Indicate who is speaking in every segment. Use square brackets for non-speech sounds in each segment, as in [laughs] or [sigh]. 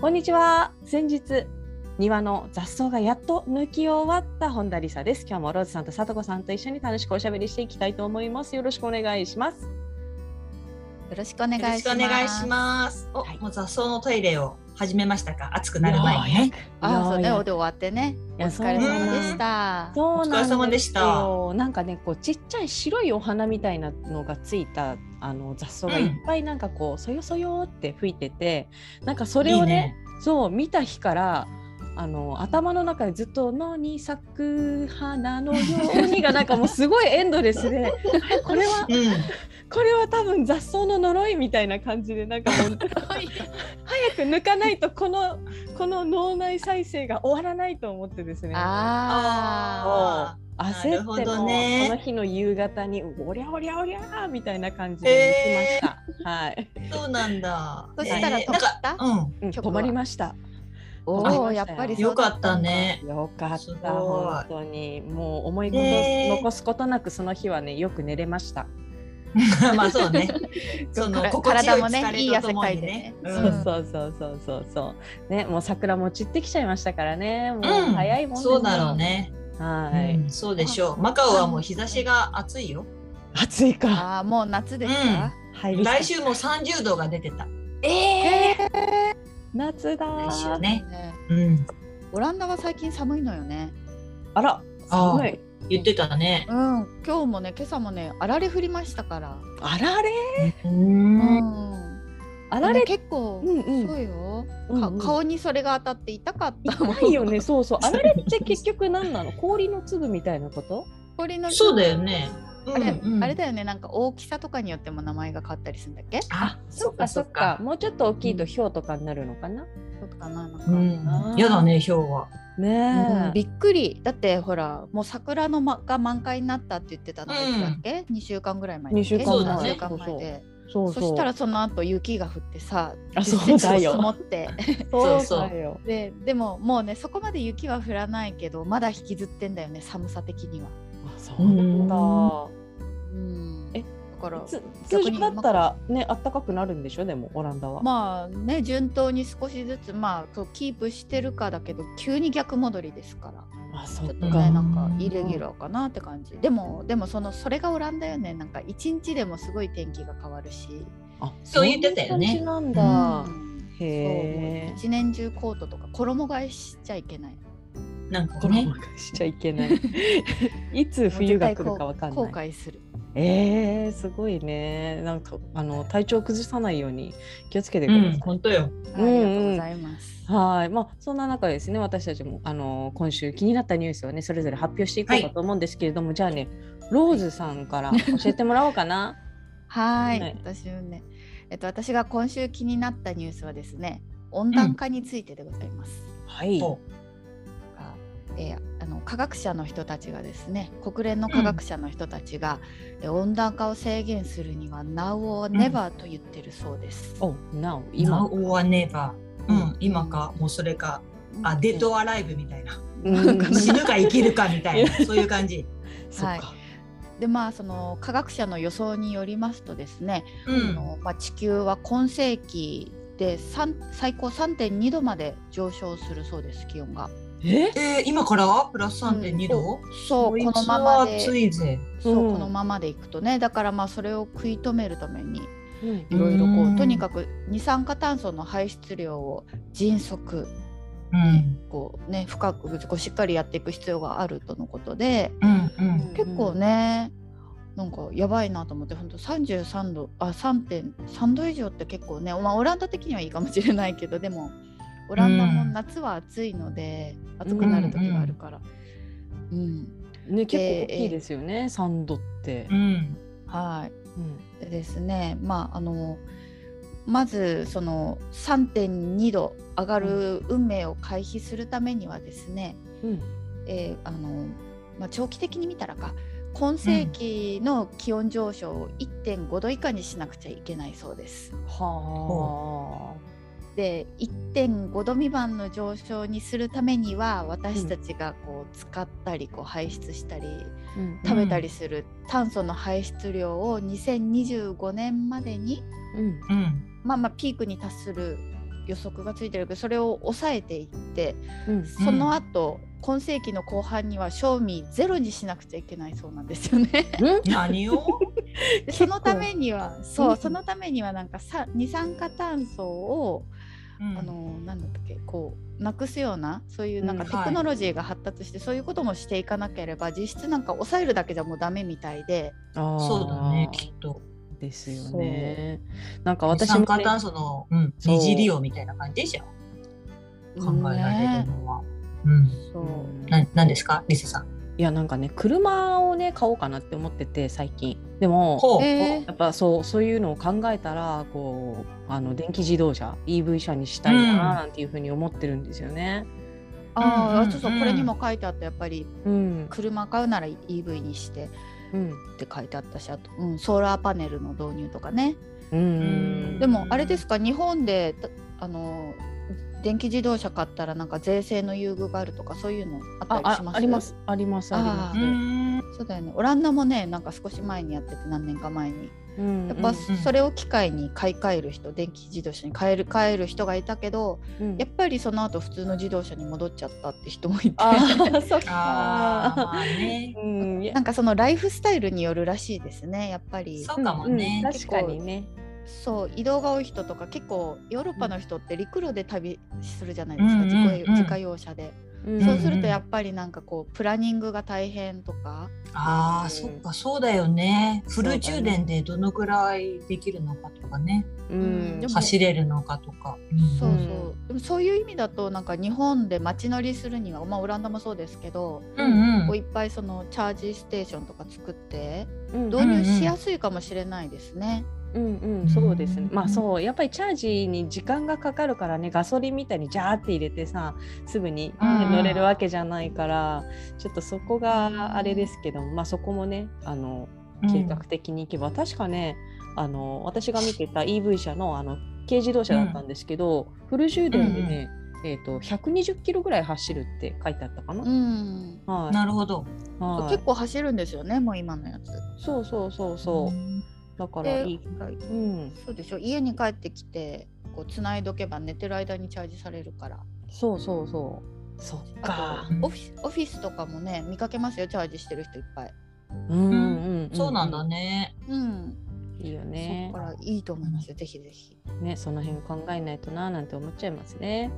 Speaker 1: こんにちは先日庭の雑草がやっと抜き終わった本田理沙です今日もローズさんとさとこさんと一緒に楽しくおしゃべりしていきたいと思いますよろしくお願いします
Speaker 2: よろしくお願い
Speaker 3: よろし
Speaker 2: し
Speaker 3: くお願い
Speaker 2: ます。
Speaker 3: します。お、
Speaker 1: はい
Speaker 3: もう雑草のトイレを始めましたか。暑くなる前にね。
Speaker 2: あー、そう
Speaker 1: い
Speaker 2: ね、
Speaker 1: やいや
Speaker 2: で終わってね。
Speaker 1: いや
Speaker 2: お疲れ様でした。
Speaker 1: そうなんですよ
Speaker 3: お疲れ様でした
Speaker 1: なんかねこうちっちゃい白いお花みたいなのがついたあの雑草が
Speaker 3: うん
Speaker 1: いっぱいなんかこう、そよそよって吹いててなんかそれをねそう見た日からあの頭の中でずっと「野に咲く花のように」がなんかもうすごいエンドレス
Speaker 3: [laughs]
Speaker 1: であれこれはい
Speaker 3: いね。
Speaker 1: これは多分雑草の呪いみたいな感じでなんかも
Speaker 3: [laughs]
Speaker 1: う早く抜かないとこのこの脳内再生が終わらないと思ってですね。
Speaker 2: あ
Speaker 3: あな
Speaker 1: 焦
Speaker 3: る
Speaker 1: っ
Speaker 3: ほ
Speaker 1: て
Speaker 3: ど
Speaker 1: も、
Speaker 3: ね
Speaker 1: その日の夕方におりゃおりゃおりゃーみたいな感じで行きました、はい、
Speaker 3: うん。そうなんだ。
Speaker 2: そしたら
Speaker 3: え
Speaker 2: 止
Speaker 3: ー
Speaker 2: まった
Speaker 3: なんかうん。
Speaker 1: うん
Speaker 2: 曲
Speaker 1: 止
Speaker 2: は
Speaker 1: まりました
Speaker 2: ーお
Speaker 1: あ
Speaker 2: お、やっぱり
Speaker 3: よかっ
Speaker 1: [laughs]
Speaker 3: た。ね。
Speaker 1: よかっ
Speaker 3: すごい
Speaker 1: た本当にもう思いこと
Speaker 3: ねえ
Speaker 1: 残すことなくその日はねよく寝れました、
Speaker 3: まあそうね。その
Speaker 2: から
Speaker 3: 心地よい
Speaker 2: 体もね
Speaker 3: 疲れととも
Speaker 2: いい汗かい
Speaker 3: にね。
Speaker 2: てね
Speaker 3: うん
Speaker 2: ん
Speaker 1: そうそうそうそうそうねもう桜も散ってきちゃいましたからねもう
Speaker 3: うん
Speaker 1: 早いもんですよ
Speaker 3: そうだろうね。
Speaker 1: はい、
Speaker 3: うんそうでしょう。マカオはもう日差しが暑いよ。
Speaker 1: 暑いか
Speaker 2: ああー、もう夏ですか。
Speaker 1: 入りそう
Speaker 3: 来週も30度が出てた。
Speaker 2: ええ
Speaker 1: 夏だー
Speaker 3: 来週ね。
Speaker 2: ね
Speaker 3: うん。
Speaker 2: オランダは最近寒いのよね。
Speaker 1: あら
Speaker 3: あー
Speaker 1: 寒い
Speaker 3: 言ってたね。
Speaker 2: うん、今日もね、今朝もね、あられ降りましたから。
Speaker 1: あられ
Speaker 3: う。
Speaker 2: うんん。
Speaker 1: あ
Speaker 2: あ
Speaker 1: られ
Speaker 2: 結構、
Speaker 1: うんうん
Speaker 2: そうよ。か
Speaker 1: うんうん
Speaker 2: 顔にそれが当たって痛かった。
Speaker 1: 痛いよ
Speaker 2: [laughs]
Speaker 1: ね、そうそう。あれって結局何なの氷の粒みたいなこと
Speaker 2: 氷の
Speaker 3: そうだよね。うん
Speaker 2: あれ,、
Speaker 3: うん
Speaker 2: あれだよねなんか大きさとかによっても名前が変わったりするんだっけ
Speaker 3: あ、そっかそっ
Speaker 1: そっ
Speaker 3: か。
Speaker 1: もうちょっと大きいと氷とかになるのかな、
Speaker 2: そうかななんか、
Speaker 3: う
Speaker 1: あ
Speaker 3: ん
Speaker 1: ー。
Speaker 3: やだね、今日は。
Speaker 2: う
Speaker 1: ね
Speaker 2: ん
Speaker 1: え、
Speaker 2: びっくりだってほらもう桜のまが満開になったって言ってたのいつだっけ、2週間ぐらい前だっけ
Speaker 1: 二週
Speaker 3: 間前
Speaker 2: 3週間前で
Speaker 1: そ
Speaker 2: そう
Speaker 1: そう。
Speaker 2: したらその後雪が降ってさ
Speaker 1: あ
Speaker 2: 10
Speaker 1: そうだ
Speaker 2: センチ
Speaker 1: よ
Speaker 2: 積もって [laughs]
Speaker 1: そう
Speaker 3: そう
Speaker 1: だよ。
Speaker 2: ででももうねそこまで雪は降らないけどまだ引きずってんだよね寒さ的には。
Speaker 1: あ、そうなんだ。
Speaker 2: うん
Speaker 1: え
Speaker 2: だから
Speaker 1: つ通
Speaker 2: 逆に
Speaker 1: 常だったらね、あったかくなるんでしょでもオランダは。
Speaker 2: まあね順当に少しずつまあこうキープしてるかだけど急に逆戻りですから。
Speaker 1: あ、そ
Speaker 2: ちょ
Speaker 1: っ
Speaker 2: っと
Speaker 1: か。
Speaker 2: ねなんかイレギュラーかなって感じでもでもそのそれがオランダよねなんか一日でもすごい天気が変わるし、
Speaker 1: あ、
Speaker 3: そう言ってたよね
Speaker 1: そういう感じな
Speaker 2: う
Speaker 1: んだ。
Speaker 2: んそう
Speaker 1: へえ。
Speaker 2: 一年中コートとか衣替えしちゃいけない
Speaker 3: なんかね
Speaker 1: 衣。替えしちゃいけない。いつ冬が来るかわかん
Speaker 2: 後
Speaker 1: ない。
Speaker 2: 悔する
Speaker 1: えー、すごいね。なんかあの体調崩さないように気をつけて
Speaker 3: う
Speaker 1: くださ
Speaker 3: ん、
Speaker 1: い。
Speaker 3: 本当よ。
Speaker 2: ありがとうございます、
Speaker 1: はい、まあそんな中ですね、私たちもあの今週気になったニュースをねそれぞれ発表していこう
Speaker 3: は
Speaker 1: か
Speaker 3: い
Speaker 1: と思うんですけれども、じゃあね、ローズさんから教えてもらおうかな。
Speaker 2: はーい
Speaker 1: はい
Speaker 2: 私はねえっと私が今週気になったニュースはですね温暖化についてでございます、
Speaker 1: はい。
Speaker 3: ほ
Speaker 2: がえーあの科学者の人たちがですね国連の科学者の人たちが、えー温暖化を制限するには「Now or Never」と言ってるそうです。
Speaker 1: お、なお
Speaker 3: 今、
Speaker 1: 今。
Speaker 3: オアネバー。うん、今か、もうそれか。あ、デッド・アライブみたいな。
Speaker 1: うん
Speaker 3: 死ぬか生きるかみたいな、 [laughs] そういう感じ。
Speaker 1: そっ
Speaker 2: はい
Speaker 1: か。
Speaker 2: でまあその科学者の予想によりますとですね、
Speaker 3: う
Speaker 2: あ
Speaker 3: ん。
Speaker 2: のまあ、地球は今世紀で3最高3.2度まで上昇するそうです気温が。
Speaker 1: え？
Speaker 3: えー、今からプラス3.2度
Speaker 2: そう
Speaker 3: い
Speaker 2: この
Speaker 3: つ
Speaker 2: まま
Speaker 3: は
Speaker 2: で
Speaker 3: 暑いぜ。
Speaker 2: そう
Speaker 1: うん
Speaker 2: このままでいくとねだからまあそれを食い止めるために
Speaker 1: うん
Speaker 2: いろいろこ
Speaker 3: うん
Speaker 2: うとにかく二酸化炭素の排出量を迅速
Speaker 3: うん。
Speaker 2: こうね深くこうしっかりやっていく必要があるとのことで
Speaker 3: うん。うん。
Speaker 2: 結構ね、なんかやばいなと思って本当33度あ3.3度以上って結構ねまあオランダ的にはいいかもしれないけどでもオランダも夏は暑いので、暑くなる時があるから。うん
Speaker 1: ね結構
Speaker 2: え
Speaker 1: 大
Speaker 2: ー
Speaker 1: きいですよね。サンドって
Speaker 3: う。ん。
Speaker 2: はい
Speaker 1: うん
Speaker 2: でですねまああのまずその3.2度上がる運命を回避するためにはですね、
Speaker 1: うん
Speaker 2: えーあのまあ、長期的に見たらか今世紀の気温上昇を1.5度以下にしなくちゃいけないそうです。
Speaker 1: は
Speaker 2: で1.5度未満の上昇にするためには私たちがこう使ったりこう排出したり
Speaker 1: あ、うん
Speaker 2: 食べたりする炭素の排出量を2025年までに
Speaker 1: うん
Speaker 3: うん
Speaker 2: まあまあピークに達する予測がついてるけどそれを抑えていって
Speaker 1: うん、
Speaker 2: その後、今世紀の後半には賞味ゼロにしなくちゃいけないそうなんですよ
Speaker 3: [laughs]
Speaker 2: ね。 [laughs]
Speaker 3: 何を
Speaker 2: で
Speaker 1: 結構
Speaker 2: そのためにはそう、
Speaker 1: うん
Speaker 2: そのためにはなんかさ二酸化炭素を、
Speaker 3: うん
Speaker 2: あのなんだったっけこうなくすようなそういうなんか
Speaker 3: うん
Speaker 2: テクノロジーが発達して、そういうこともしていかなければ実質なんか抑えるだけじゃもうダメみたいで。
Speaker 1: あー
Speaker 3: そうだねきっと
Speaker 1: ですよねなんか私
Speaker 3: 二
Speaker 1: も、ね
Speaker 3: 酸、化炭素の、うん、
Speaker 1: そう
Speaker 3: 二次利用みたいな感じでしょ考えられる
Speaker 2: ね
Speaker 3: のは。うん、
Speaker 2: そううん
Speaker 3: ななんですかリセさん。
Speaker 1: いやなんかね車をね買おうかなって思ってて最近でも
Speaker 3: ほう、
Speaker 2: え
Speaker 1: やっぱそうそういうのを考えたらこうあの電気自動車 EV 車にしたいななんていうふうに思ってるんですよね。
Speaker 2: ああ、
Speaker 3: うんうん
Speaker 2: そうそうこれにも書いてあったやっぱり
Speaker 1: うん、
Speaker 2: 車買うなら EV にして
Speaker 1: うん、
Speaker 2: って書いてあったしあと、うん、ソーラーパネルの導入とかね
Speaker 1: うん、
Speaker 2: でもあれですか日本でたあの電気自動車買ったらなんか税制の優遇があるとかそういうの
Speaker 1: あ
Speaker 2: あったりしま
Speaker 1: あ
Speaker 2: す
Speaker 1: ありますありますありま
Speaker 2: あ
Speaker 1: す。
Speaker 3: ん、
Speaker 2: そうだよねオランダもねなんか少し前にやってて何年か前に
Speaker 1: うん
Speaker 2: やっぱ
Speaker 1: うん
Speaker 2: それを機会に買い替える人電気自動車に変える変える人がいたけど
Speaker 1: うん
Speaker 2: やっぱりその後普通の自動車に戻っちゃったって人もいて
Speaker 1: あーそっか。
Speaker 3: あーまあね、
Speaker 1: うん、いや
Speaker 2: [laughs] なんかそのライフスタイルによるらしいですねやっぱり
Speaker 3: そうかもね。
Speaker 1: うん確かにね。
Speaker 2: そう移動が多い人とか結構ヨーロッパの人って陸路で旅するじゃないです
Speaker 3: う
Speaker 2: か、
Speaker 3: ん
Speaker 2: 自己
Speaker 3: うんうん
Speaker 2: 自家用車で、
Speaker 1: うん
Speaker 2: そうするとやっぱりなんかこうプランニングが大変とか、
Speaker 3: ああ、そっか、そうだよね。
Speaker 2: そ
Speaker 3: フル
Speaker 2: うだね
Speaker 3: 充電でどのくらいできるのかとかね、
Speaker 1: うん
Speaker 2: でも
Speaker 3: 走れるのかとか。
Speaker 2: そ
Speaker 1: ん
Speaker 2: うそうでもそういう意味だとなんか日本で街乗りするには、まあ、オランダもそうですけど、
Speaker 3: う
Speaker 2: こ
Speaker 3: んう
Speaker 2: うんいっぱいそのチャージステーションとか作って
Speaker 1: うん
Speaker 2: 導入しやすいかもしれないですね。
Speaker 1: うんうん、そうですね。ま
Speaker 3: う
Speaker 1: あ
Speaker 3: ん
Speaker 1: そう、やっぱりチャージに時間がかかるからね、ガソリンみたいにジャーって入れてさ、すぐに
Speaker 3: うん
Speaker 1: 乗れるわけじゃないから、ちょっとそこがあれですけども、まあそこもね、あの計画的に行けば、確かね、あの私が見てた EV 車のあの軽自動車だったんですけど、フル充電でね、えっ、と120キロぐらい走るって書いてあったかな。
Speaker 2: うん、
Speaker 3: う
Speaker 1: は
Speaker 3: ん
Speaker 1: い。
Speaker 3: なるほど。
Speaker 1: はい
Speaker 2: 結構走るんですよねもう今のやつ。
Speaker 1: そうそうそうそう。だから
Speaker 2: で
Speaker 1: いい。うん。
Speaker 2: そうでしょ家に帰ってきてこう繋いどけば寝てる間にチャージされるから
Speaker 1: そうそうそう。そっ
Speaker 2: あ
Speaker 1: か
Speaker 2: と。オフィスオフィスとかもね見かけますよチャージしてる人いっぱい。
Speaker 1: うん
Speaker 3: そうなんだ。ね。
Speaker 2: うん、
Speaker 1: いいよ
Speaker 2: そ
Speaker 1: ね
Speaker 2: っか。らいいと思いますよぜひぜひ。
Speaker 1: ね、その辺考えないとななんて思っちゃいますね。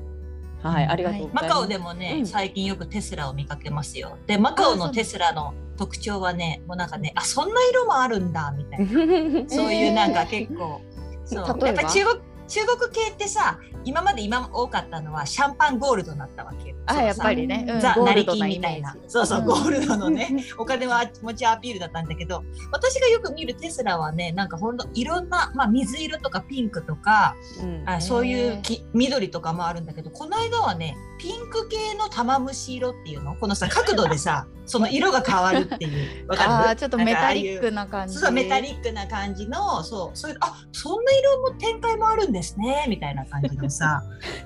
Speaker 1: はい、ありがとうござ
Speaker 3: マ
Speaker 1: います。
Speaker 3: カオで
Speaker 1: も。
Speaker 3: も
Speaker 1: う
Speaker 3: ね
Speaker 1: ん、
Speaker 3: 最近よくテスラを見かけますよ。で、マカオのテスラの特徴はね、もうなんかね、あ、そんな色もあるんだみたいな。
Speaker 1: [laughs]
Speaker 3: そういうなんか結構、そう
Speaker 2: 例
Speaker 3: や
Speaker 2: え
Speaker 3: っ
Speaker 2: ば
Speaker 3: ぱ中国中国系ってさ今まで今多かったのはシャンパンゴールドだったわけよ。
Speaker 2: あ
Speaker 3: そう
Speaker 2: やっぱりね、
Speaker 3: さ
Speaker 2: うん
Speaker 3: ザ・
Speaker 2: ゴー
Speaker 3: 成
Speaker 2: ルド
Speaker 3: 金
Speaker 2: な
Speaker 3: み
Speaker 2: イ
Speaker 3: たい
Speaker 2: メ
Speaker 3: な
Speaker 2: ージ。
Speaker 3: そうそう、
Speaker 2: うん
Speaker 3: ゴールドのね、お金は持ちアピールだったんだけど、私がよく見るテスラはね、なんかほんといろんな、まあ水色とかピンクとか、
Speaker 1: うん。
Speaker 3: あそういうき緑とかもあるんだけど、この間はね、ピンク系の玉虫色っていうのこのさ、角度
Speaker 2: [laughs]
Speaker 3: でさ、その色が変わるっていう。わ
Speaker 2: あ
Speaker 3: か
Speaker 2: あ
Speaker 3: る
Speaker 2: ちょっとメタリックな感じ。
Speaker 3: そうメタリックな感じのそうそういうあそんな色も展開もあるんですねみたいな感じのさ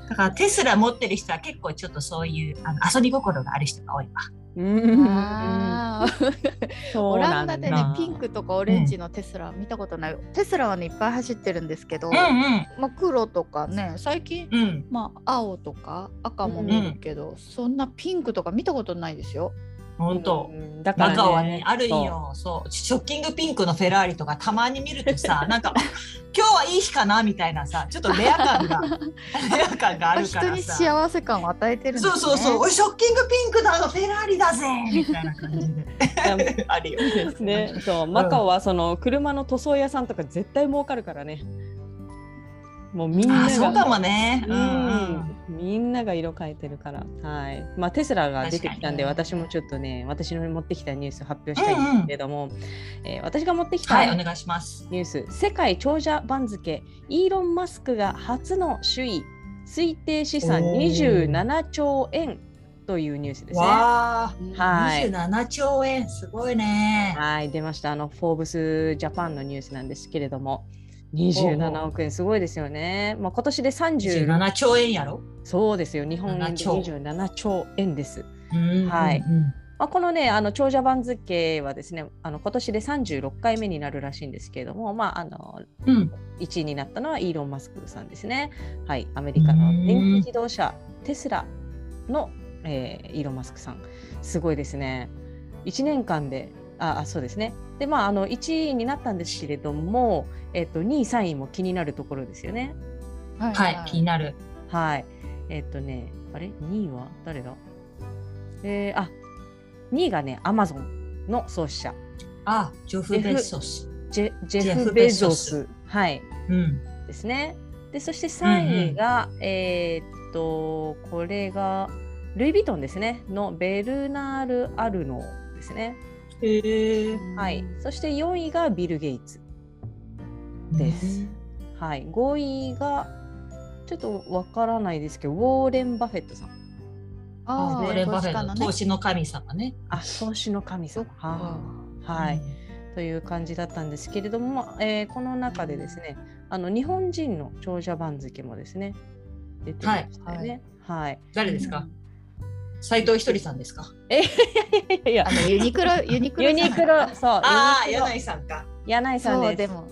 Speaker 3: だからテスラ持ってる人は結構ちょっとそういうあの遊び心がある人が多いわ。
Speaker 1: うん。
Speaker 2: あーオ
Speaker 1: オ
Speaker 2: ランダでねピン。クとかオレンジのテスラは見たことない、テスラはねいっぱい走ってるんですけど、
Speaker 3: うん
Speaker 2: まあ、黒とかね最近、
Speaker 3: うんうん
Speaker 2: まあ、青とか赤も見るけど、そんなピンクとか見たことないですよ。
Speaker 3: 本当。
Speaker 1: うん。だから、
Speaker 3: マ
Speaker 1: ね。
Speaker 3: カオはねあるんよそうショッキングピンクのフェラーリとかたまに見るとさなんかあ今日はいい日かなみたいなさちょっとレア感がレア感があ
Speaker 2: やっぱ
Speaker 3: るから
Speaker 2: 人に
Speaker 3: さ
Speaker 2: 幸せ感を与えてるんです、ね、
Speaker 3: そうそうそう俺ショッキングピンクだのフェラーリだぜみたいな感じであるよ。
Speaker 1: そうですね。そう、マカオはその車の塗装屋さんとか絶対儲かるからね。もうみん
Speaker 3: あ
Speaker 1: な
Speaker 3: ーそうか
Speaker 1: が。
Speaker 3: もね。う
Speaker 1: うん
Speaker 3: うん
Speaker 1: ん、みんなが色変えてるから、はいまあ、テスラが出てきたんで、
Speaker 2: 確かに
Speaker 1: 私もちょっとね、私の持ってきたニュース発表したいんですけれども、えー私が持ってきた
Speaker 3: はい、お願いします。
Speaker 1: ニュース世界長者番付イーロン・マスクが初の首位推定資産
Speaker 3: おー
Speaker 1: 27兆円というニュースですね。
Speaker 3: わあ、
Speaker 1: はい
Speaker 3: 二十七兆円、すごいね。
Speaker 1: はい出ましたあの「フォーブス・ジャパン」のニュースなんですけれども
Speaker 3: おうお
Speaker 1: 27億円すごいですよね。まあ、今年で
Speaker 3: 二
Speaker 1: 30
Speaker 3: 十七兆円やろ。
Speaker 1: そうですよ日本円で
Speaker 3: 7兆
Speaker 1: 27兆円です。
Speaker 3: うん
Speaker 1: はい
Speaker 3: うんうん
Speaker 1: まあ、このねあの長者番付はですねあの今年で36回目になるらしいんですけれども、まあ、あの
Speaker 3: うん、
Speaker 1: 1位になったのはイーロン・マスクさんですね。はい、アメリカの電気自動車テスラの、えーイーロン・マスクさん、すごいですね。1年間で、あ、あそうですね。で、まあ、あの1位になったんですけれども、えっと2位、3位も気になるところですよね。
Speaker 2: はい
Speaker 3: はい、気になる。
Speaker 1: はい。えっとね、あれ ?2 位は誰だえー、あ2位がね、アマゾンの創始者、
Speaker 3: あ、ジョフベソス。
Speaker 1: ジェジ
Speaker 3: ジェ
Speaker 1: ェフ・
Speaker 3: フ
Speaker 1: ベ
Speaker 3: ベ
Speaker 1: ゾ
Speaker 3: ゾ
Speaker 1: ス
Speaker 3: ス。
Speaker 1: はい。
Speaker 3: うん、
Speaker 1: ですね。でそして3位が、えーっとこれがルイ・ヴィトンですねのベルナール・アルノーですね。
Speaker 3: へえ。
Speaker 1: はい、そして4位がビル・ゲイツ。ですはい、5位がちょっとわからないですけどウォーレン・バフェットさん。
Speaker 3: あ
Speaker 2: あ
Speaker 3: ウォ
Speaker 2: あ、
Speaker 3: ーレン・
Speaker 2: 投
Speaker 3: バ
Speaker 2: 資
Speaker 3: フェ
Speaker 2: 家
Speaker 3: ッ
Speaker 2: の
Speaker 3: ト、
Speaker 2: ね
Speaker 3: 投資の神様ね。
Speaker 1: あ投資の神
Speaker 2: そっ
Speaker 1: 様。
Speaker 2: か
Speaker 1: は。いはい、という感じだったんですけれども、えーこの中でですねあの日本人の長者番付もですね出てましたよね。はい
Speaker 3: 誰ですか。斉藤ひとりさんですか。
Speaker 1: いやいや
Speaker 2: あのユニクロ、
Speaker 3: [laughs]
Speaker 2: ユニクロ
Speaker 1: ユ
Speaker 2: じゃない。
Speaker 1: ニクロ、そう、
Speaker 3: ああ、
Speaker 1: ユニクロ
Speaker 3: 柳井さんか。
Speaker 1: 柳井さん
Speaker 2: そう
Speaker 1: です。
Speaker 2: でも、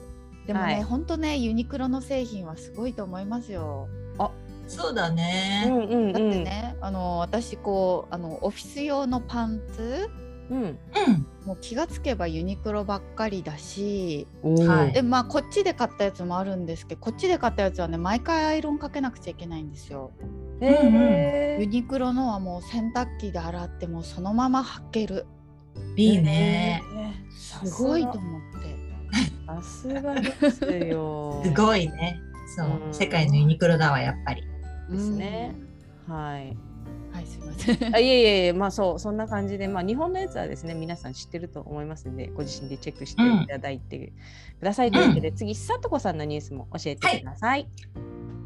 Speaker 2: でも
Speaker 1: はい
Speaker 2: ね、本当ね、ユニクロの製品はすごいと思いますよ。
Speaker 3: そうだ
Speaker 1: う
Speaker 3: ね。
Speaker 1: んうんうん、
Speaker 2: だってね、あの私こうあのオフィス用のパンツ
Speaker 1: うん、
Speaker 3: うん、
Speaker 2: もう気がつけばユニクロばっかりだし
Speaker 1: お
Speaker 3: は
Speaker 1: ー
Speaker 2: でまあこっちで買ったやつもあるんですけどこっちで買ったやつはね毎回アイロンかけなくちゃいけないんですよ
Speaker 1: へ
Speaker 2: ユ
Speaker 1: ー
Speaker 2: ニクロのはもう洗濯機で洗ってもうそのまま履ける
Speaker 3: いいね。。
Speaker 1: す
Speaker 2: すごいと思って
Speaker 1: さすがですよ。
Speaker 3: すごいね。そうう、
Speaker 1: ん
Speaker 3: 世界のユニクロだわ、やっぱり。
Speaker 1: ですねはい。
Speaker 2: うんはいすいません
Speaker 1: あ、いえいえいえ、まあ、そう、そんな感じで、まあ、日本のやつはですね、皆さん知ってると思いますので、ご自身でチェックしていただいてください。というわけで、次、さとこさんのニュースも教えてください。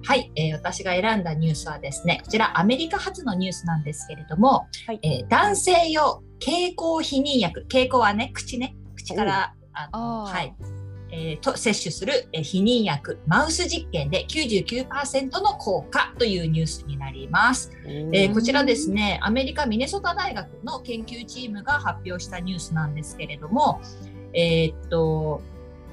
Speaker 3: はい、えー私が選んだニュースはですね、こちらアメリカ発のニュースなんですけれども、
Speaker 1: はい
Speaker 3: えー男性用経口避妊薬、経口はね、口ね、口から、あの
Speaker 2: あー
Speaker 3: はい、えーと摂取するえー避妊薬、マウス実験で99%の効果というニュースになります。えーこちらですね、アメリカ・ミネソタ大学の研究チームが発表したニュースなんですけれども、えーっと、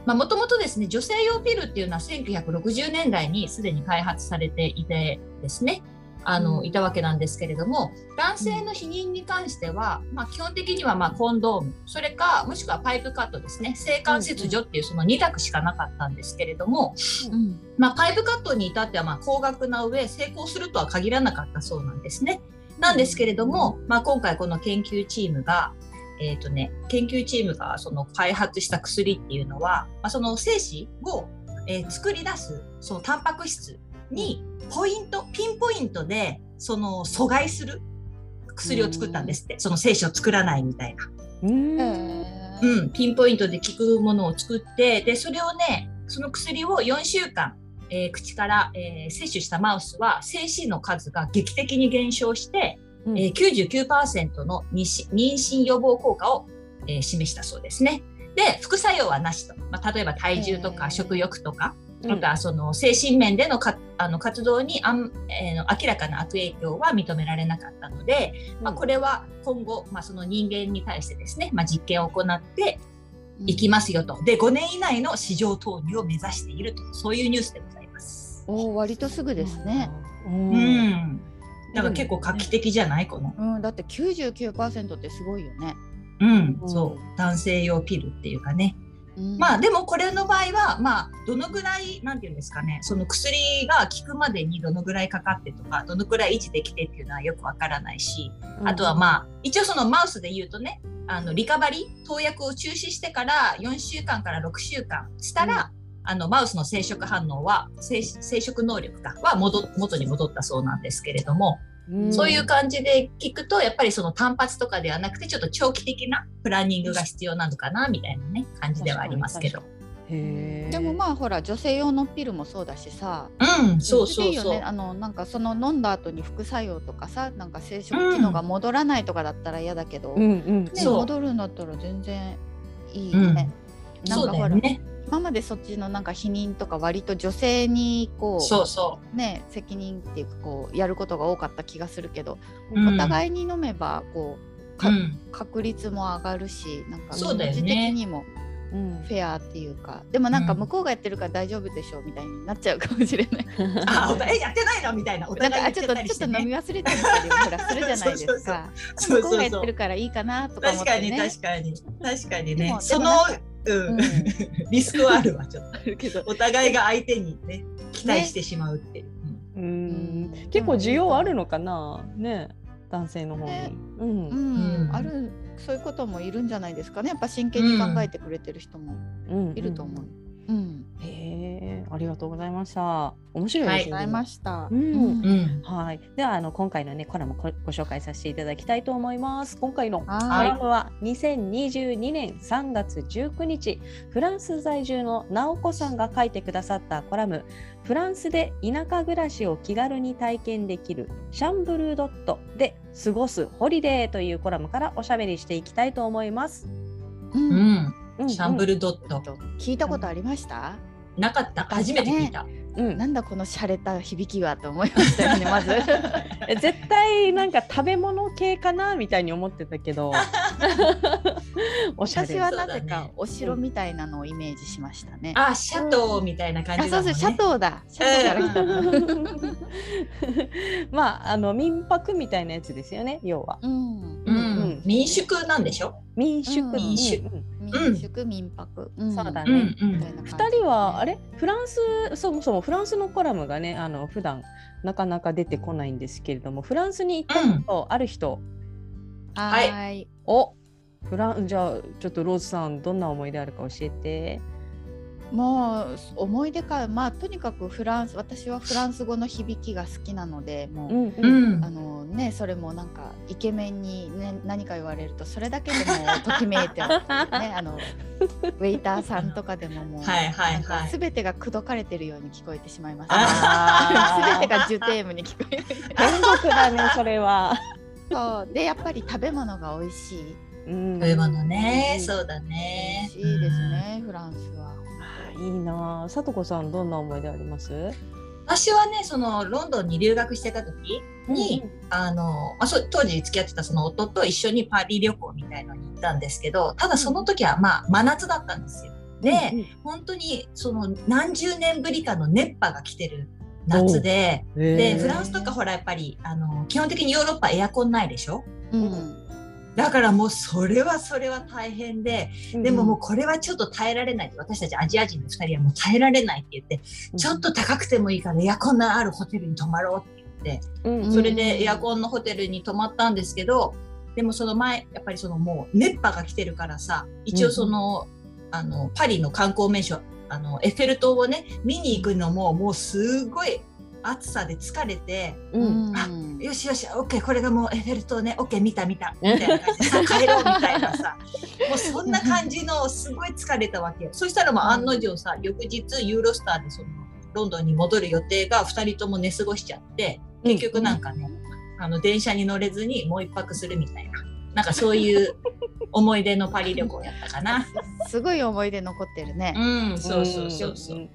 Speaker 3: もともとですね、女性用ピルっていうのは1960年代にすでに開発されていてですね、あの、
Speaker 2: うん
Speaker 3: いたわけなんですけれども、男性の避妊に関しては、まあ、基本的にはまあコンドーム、それか、もしくはパイプカットですね、性管切除っていうその2択しかなかったんですけれども、
Speaker 2: うん
Speaker 3: まあ、パイプカットに至ってはまあ高額な上成功するとは限らなかったそうなんですね。なんですけれども、まあ、今回この研究チームが、えーとね、研究チームがその開発した薬っていうのは、まあ、その精子を、えー作り出すそのタンパク質にポイントピンポイントでその阻害する薬を作ったんですってその精子を作らないみたいな。
Speaker 1: う
Speaker 2: へ
Speaker 1: ん。
Speaker 2: ー
Speaker 3: うん、ピンポイントで効くものを作ってでそれをねその薬を4週間、えー口から、えー摂取したマウスは精子の数が劇的に減少して、
Speaker 1: うん
Speaker 3: えー99%の妊娠妊娠予防効果を、えー示したそうですね。で副作用はなしと、まあ、例えば体重と
Speaker 2: へー
Speaker 3: か食欲とか、あとはその精神面でのかあの活動にあん、えーの明らかな悪影響は認められなかったので、まあ、これは今後、まあ、その人間に対してですね、まあ、実験を行っていきますよと。で、5年以内の市場投入を目指していると、そういうニュースでございます。
Speaker 2: おー割とすぐですね。
Speaker 1: うん。
Speaker 3: う
Speaker 1: うん
Speaker 3: ん。だから結構画期的じゃないこの。
Speaker 2: うん、だって99%ってすごいよね。
Speaker 3: うん
Speaker 1: う。ん
Speaker 3: そう。男性用ピルっていうかね。
Speaker 2: うん
Speaker 3: まあ、でもこれの場合は、まあ、どのぐらい、なんていうんですかね、その薬が効くまでにどのぐらいかかってとか、どのくらい維持できてっていうのはよくわからないし、あとはまあ、一応そのマウスで言うとね、あのリカバリー、投薬を中止してから4週間から6週間したら、あのマウスの生殖反応は生生殖能力がは戻元に戻ったそうなんですけれども、
Speaker 1: うん
Speaker 3: そういう感じで聞くとやっぱりその単発とかではなくてちょっと長期的なプランニングが必要なのかなみたいなね感じではありますけど。
Speaker 1: へー
Speaker 2: でもまあほら女性用のピルもそうだしさ
Speaker 3: うん、そう
Speaker 2: い
Speaker 3: そう
Speaker 2: いよ
Speaker 3: そう
Speaker 2: ね。あのなんかその飲んだ後に副作用とかさなんか生殖機能が戻らないとかだったら嫌だけど、
Speaker 1: うんうん
Speaker 2: ね、
Speaker 3: そう
Speaker 2: 戻るんだったら全然いいね、なん
Speaker 3: そう
Speaker 2: か
Speaker 3: だ
Speaker 2: ほ
Speaker 3: よ
Speaker 2: ら、
Speaker 3: ね。
Speaker 2: 今までそっちのなんか避妊とか割と女性にこう
Speaker 3: そうそ
Speaker 2: ね責任っていうかこうやることが多かった気がするけど、
Speaker 3: う。うん
Speaker 2: お互いに飲めばこう
Speaker 3: う
Speaker 2: か
Speaker 3: ん、
Speaker 2: 確率も上がるしなんか
Speaker 3: そうだよね
Speaker 2: 気持ち的にも
Speaker 1: うん
Speaker 2: フェアっていうか、でもなんか
Speaker 3: うん
Speaker 2: 向こうがやってるから大丈夫でしょうみたいになっちゃうかもしれない。
Speaker 3: あ、お互いやってないのみたいな。お
Speaker 2: なんか
Speaker 3: 互
Speaker 2: あ
Speaker 3: い
Speaker 2: ち
Speaker 3: 言
Speaker 2: ょってと
Speaker 3: ったり
Speaker 2: ちょ
Speaker 3: し
Speaker 2: ってと
Speaker 3: ね
Speaker 2: 飲み忘れてるったりもほらするじゃないです
Speaker 3: そうそうそう
Speaker 2: か。
Speaker 3: そ
Speaker 2: 向
Speaker 3: う
Speaker 2: こう
Speaker 3: そ
Speaker 2: が
Speaker 3: う
Speaker 2: やっ
Speaker 3: そ
Speaker 2: てる
Speaker 3: う。
Speaker 2: からいいかなとか思っ
Speaker 3: 確
Speaker 2: て、
Speaker 3: か
Speaker 2: ね、
Speaker 3: に確かに確かに
Speaker 2: で
Speaker 3: ね
Speaker 2: も。
Speaker 3: その
Speaker 2: で
Speaker 3: う
Speaker 2: も
Speaker 3: ん
Speaker 2: なんか
Speaker 3: リスクはあるわち
Speaker 2: [laughs]
Speaker 3: ょっと。
Speaker 2: うんあるけど
Speaker 3: お互いが相手にね期待してしまうっていう。
Speaker 1: う
Speaker 2: うんん
Speaker 1: 結構需要あるのかなね男性の方に、
Speaker 2: ね
Speaker 1: うん
Speaker 2: う
Speaker 1: うん
Speaker 2: ん、
Speaker 3: うん
Speaker 2: あるそういうこともいるんじゃないですかねやっぱ真剣に考えてくれてる人も
Speaker 1: うん
Speaker 2: いると思う。うん、
Speaker 1: へえありがとうございました面白いですね、
Speaker 2: ありました。
Speaker 1: うん
Speaker 3: うん。うん。
Speaker 1: はい、ではあの今回のねコラムごご紹介させていただきたいと思います。今回のコ
Speaker 2: はい
Speaker 1: ラムは2022年3月19日フランス在住の直子さんが書いてくださったコラム「フランスで田舎暮らしを気軽に体験できるシャンブルードットで過ごすホリデー」というコラムからおしゃべりしていきたいと思います。
Speaker 2: うん
Speaker 1: うんう
Speaker 3: うんん。シャンブルドット。
Speaker 2: 聞いたことありました、
Speaker 3: なかった。初めて聞いた。
Speaker 1: うん
Speaker 2: なんだこの洒落た響きはと思いましたよねまず
Speaker 1: [laughs] え絶対なんか食べ物系かなみたいに思ってたけ
Speaker 3: [laughs]
Speaker 1: どおしゃれ
Speaker 2: [laughs] 私はなぜ
Speaker 3: そうだ
Speaker 2: か
Speaker 3: ね
Speaker 2: お城みたいなのをイメージしましたね、
Speaker 3: あ、シャトーみたいな感
Speaker 2: あ
Speaker 3: じ
Speaker 2: そ
Speaker 3: だ
Speaker 2: う
Speaker 3: も
Speaker 2: そ
Speaker 3: ん
Speaker 2: う
Speaker 3: ね。
Speaker 2: シャトーだシャトーから来たの、
Speaker 1: [laughs] まああの民泊みたいなやつですよね要は
Speaker 2: うん
Speaker 3: う
Speaker 1: うん
Speaker 3: ん。民宿なんでしょ。
Speaker 1: 民宿、
Speaker 2: うん
Speaker 3: 民宿
Speaker 1: うん
Speaker 2: 民宿民泊、ん
Speaker 1: そうだ
Speaker 3: うんう
Speaker 1: ね
Speaker 2: みた
Speaker 3: ん
Speaker 2: い。な感じ
Speaker 1: 2人はあれフランスそもそもフランスのコラムがねあの普段なかなか出てこないんですけれどもフランスに行ったことある人、
Speaker 2: は
Speaker 3: は
Speaker 2: ー
Speaker 3: い
Speaker 2: い
Speaker 1: をフランじゃあちょっとローズさんどんな思い出あるか教えて。
Speaker 2: もう思い出かまあとにかくフランス私はフランス語の響きが好きなのでもう、
Speaker 1: ん
Speaker 3: う
Speaker 1: [laughs] うん
Speaker 3: ん
Speaker 2: あ。のねそれもなんかイケメンに、ね、何か言われるとそれだけでもうときめいてますよねあのウェイターさんとかでももう、
Speaker 3: はいはいは
Speaker 2: す
Speaker 3: い。
Speaker 2: べてが口説かれてるように聞こえてしまいますね。す
Speaker 1: あ
Speaker 2: べてがジュテームに聞こえる。
Speaker 1: 天国だねそれは。
Speaker 2: そうでやっぱり食べ物が美味しい。
Speaker 1: うん
Speaker 3: そういうものね。
Speaker 1: う
Speaker 3: そうだ
Speaker 2: 美
Speaker 3: ね。
Speaker 2: 味しいですね、フランスは。
Speaker 1: ん。いいなあ。さとこさんどんな思い出あります？
Speaker 3: 私はねそのロンドンに留学してた時に、あのあそう当時付き合ってたその夫と一緒にパリ旅行みたいのに行ったんですけどただその時はまあ真夏だったんですよ。で、本当にその何十年ぶりかの熱波が来てる夏でで
Speaker 1: で
Speaker 3: フランスとかほらやっぱりあの基本的にヨーロッパエアコンないでしょ
Speaker 2: うん
Speaker 3: だからもうそれはそれは大変ででももうこれはちょっと耐えられない私たちアジア人の2人はもう耐えられないって言ってちょっと高くてもいいからエアコンのあるホテルに泊まろうって言って、
Speaker 1: うん
Speaker 2: うん
Speaker 3: それでエアコンのホテルに泊まったんですけど、でもその前、やっぱりそのもう熱波が来てるからさ、一応その、あの、パリの観光名所、あの、エッフェル塔をね、見に行くのももうすごい暑さで疲れて、
Speaker 1: う
Speaker 2: うんん
Speaker 3: あよしよし、オッケー、これがもうエッフェル塔ね、オッケー、見た見た、みたいな感じでさ、帰ろうみたいなさ、もうそんな感じの、すごい疲れたわけよ。そしたらもう案の定さ、翌日、ユーロスターでその、ロンドンに戻る予定が2人とも寝過ごしちゃって、結局なんかね、あの、電車に乗れずにもう一泊するみたいな、なんかそういう思い出のパリ旅行やったかな。
Speaker 2: すごい思い出残ってるね。
Speaker 3: うん、そうそうそうそう。
Speaker 1: ん。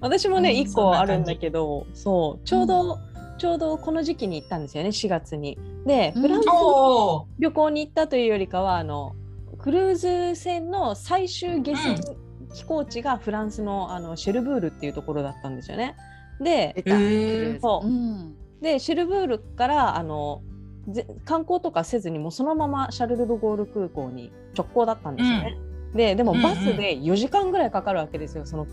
Speaker 1: 私もね
Speaker 2: うん
Speaker 1: 一個あるんだけど、そうちょうどちょうどこの時期に行ったんですよね4月に。で
Speaker 2: うん
Speaker 1: フランス
Speaker 3: おー
Speaker 1: 旅行に行ったというよりかはあのクルーズ船の最終下船寄港地がフランスのあのシェルブールっていうところだったんですよね。で
Speaker 2: 出た。
Speaker 3: へ
Speaker 2: フ
Speaker 3: ー
Speaker 2: ルーズ
Speaker 1: そう
Speaker 2: うん
Speaker 1: でシェルブールからあのぜ観光とかせずにもうそのままシャルル・ド・ゴール空港に直行だったんですよね。ででも
Speaker 3: うんうん
Speaker 1: バスで4時間ぐらいかかるわけですよその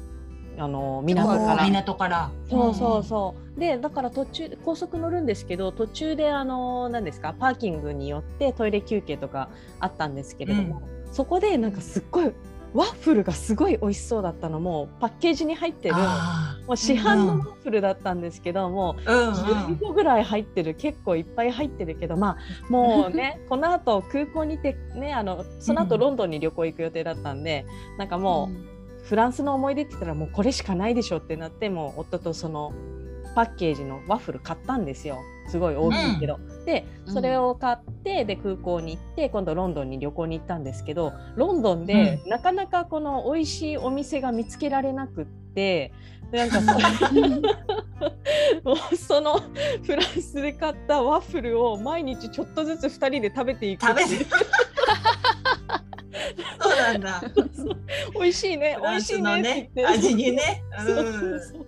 Speaker 1: あの港か
Speaker 3: おー
Speaker 1: ら。
Speaker 3: 港から。
Speaker 1: そうそうそうでだから途中高速乗るんですけど途中であの何ですかパーキングによってトイレ休憩とかあったんですけれども、そこでなんかすっごいワッフルがすごい美味しそうだったのもパッケージに入ってる
Speaker 3: あ
Speaker 1: もう市販のワッフルだったんですけど、も
Speaker 3: ーうん
Speaker 1: う
Speaker 3: うん
Speaker 1: 12個ぐらい入ってる結構いっぱい入ってるけどまあもうねこの後空港にてねあのその後
Speaker 3: うん
Speaker 1: ロンドンに旅行行く予定だったんで、なんかもう、フランスの思い出って言ったらもうこれしかないでしょってなってもう夫とそのパッケージのワッフル買ったんですよすごい大きいけど。でそれを買ってで空港に行って今度ロンドンに旅行に行ったんですけどロンドンでなかなかこの美味しいお店が見つけられなくって。でなんかそ
Speaker 3: [laughs]
Speaker 1: もうそのフランスで買ったワッフルを毎日ちょっとずつ2人で食べていく
Speaker 3: 食べ
Speaker 1: っていう
Speaker 3: そうなんだ。
Speaker 1: 美味しいね
Speaker 3: フ
Speaker 1: 美
Speaker 3: ラン
Speaker 1: 味し
Speaker 3: ス
Speaker 1: い
Speaker 3: の
Speaker 1: ね
Speaker 3: ね
Speaker 1: って言って
Speaker 3: 味にね。
Speaker 1: そうそう
Speaker 3: う
Speaker 1: そ
Speaker 3: ん
Speaker 1: うそう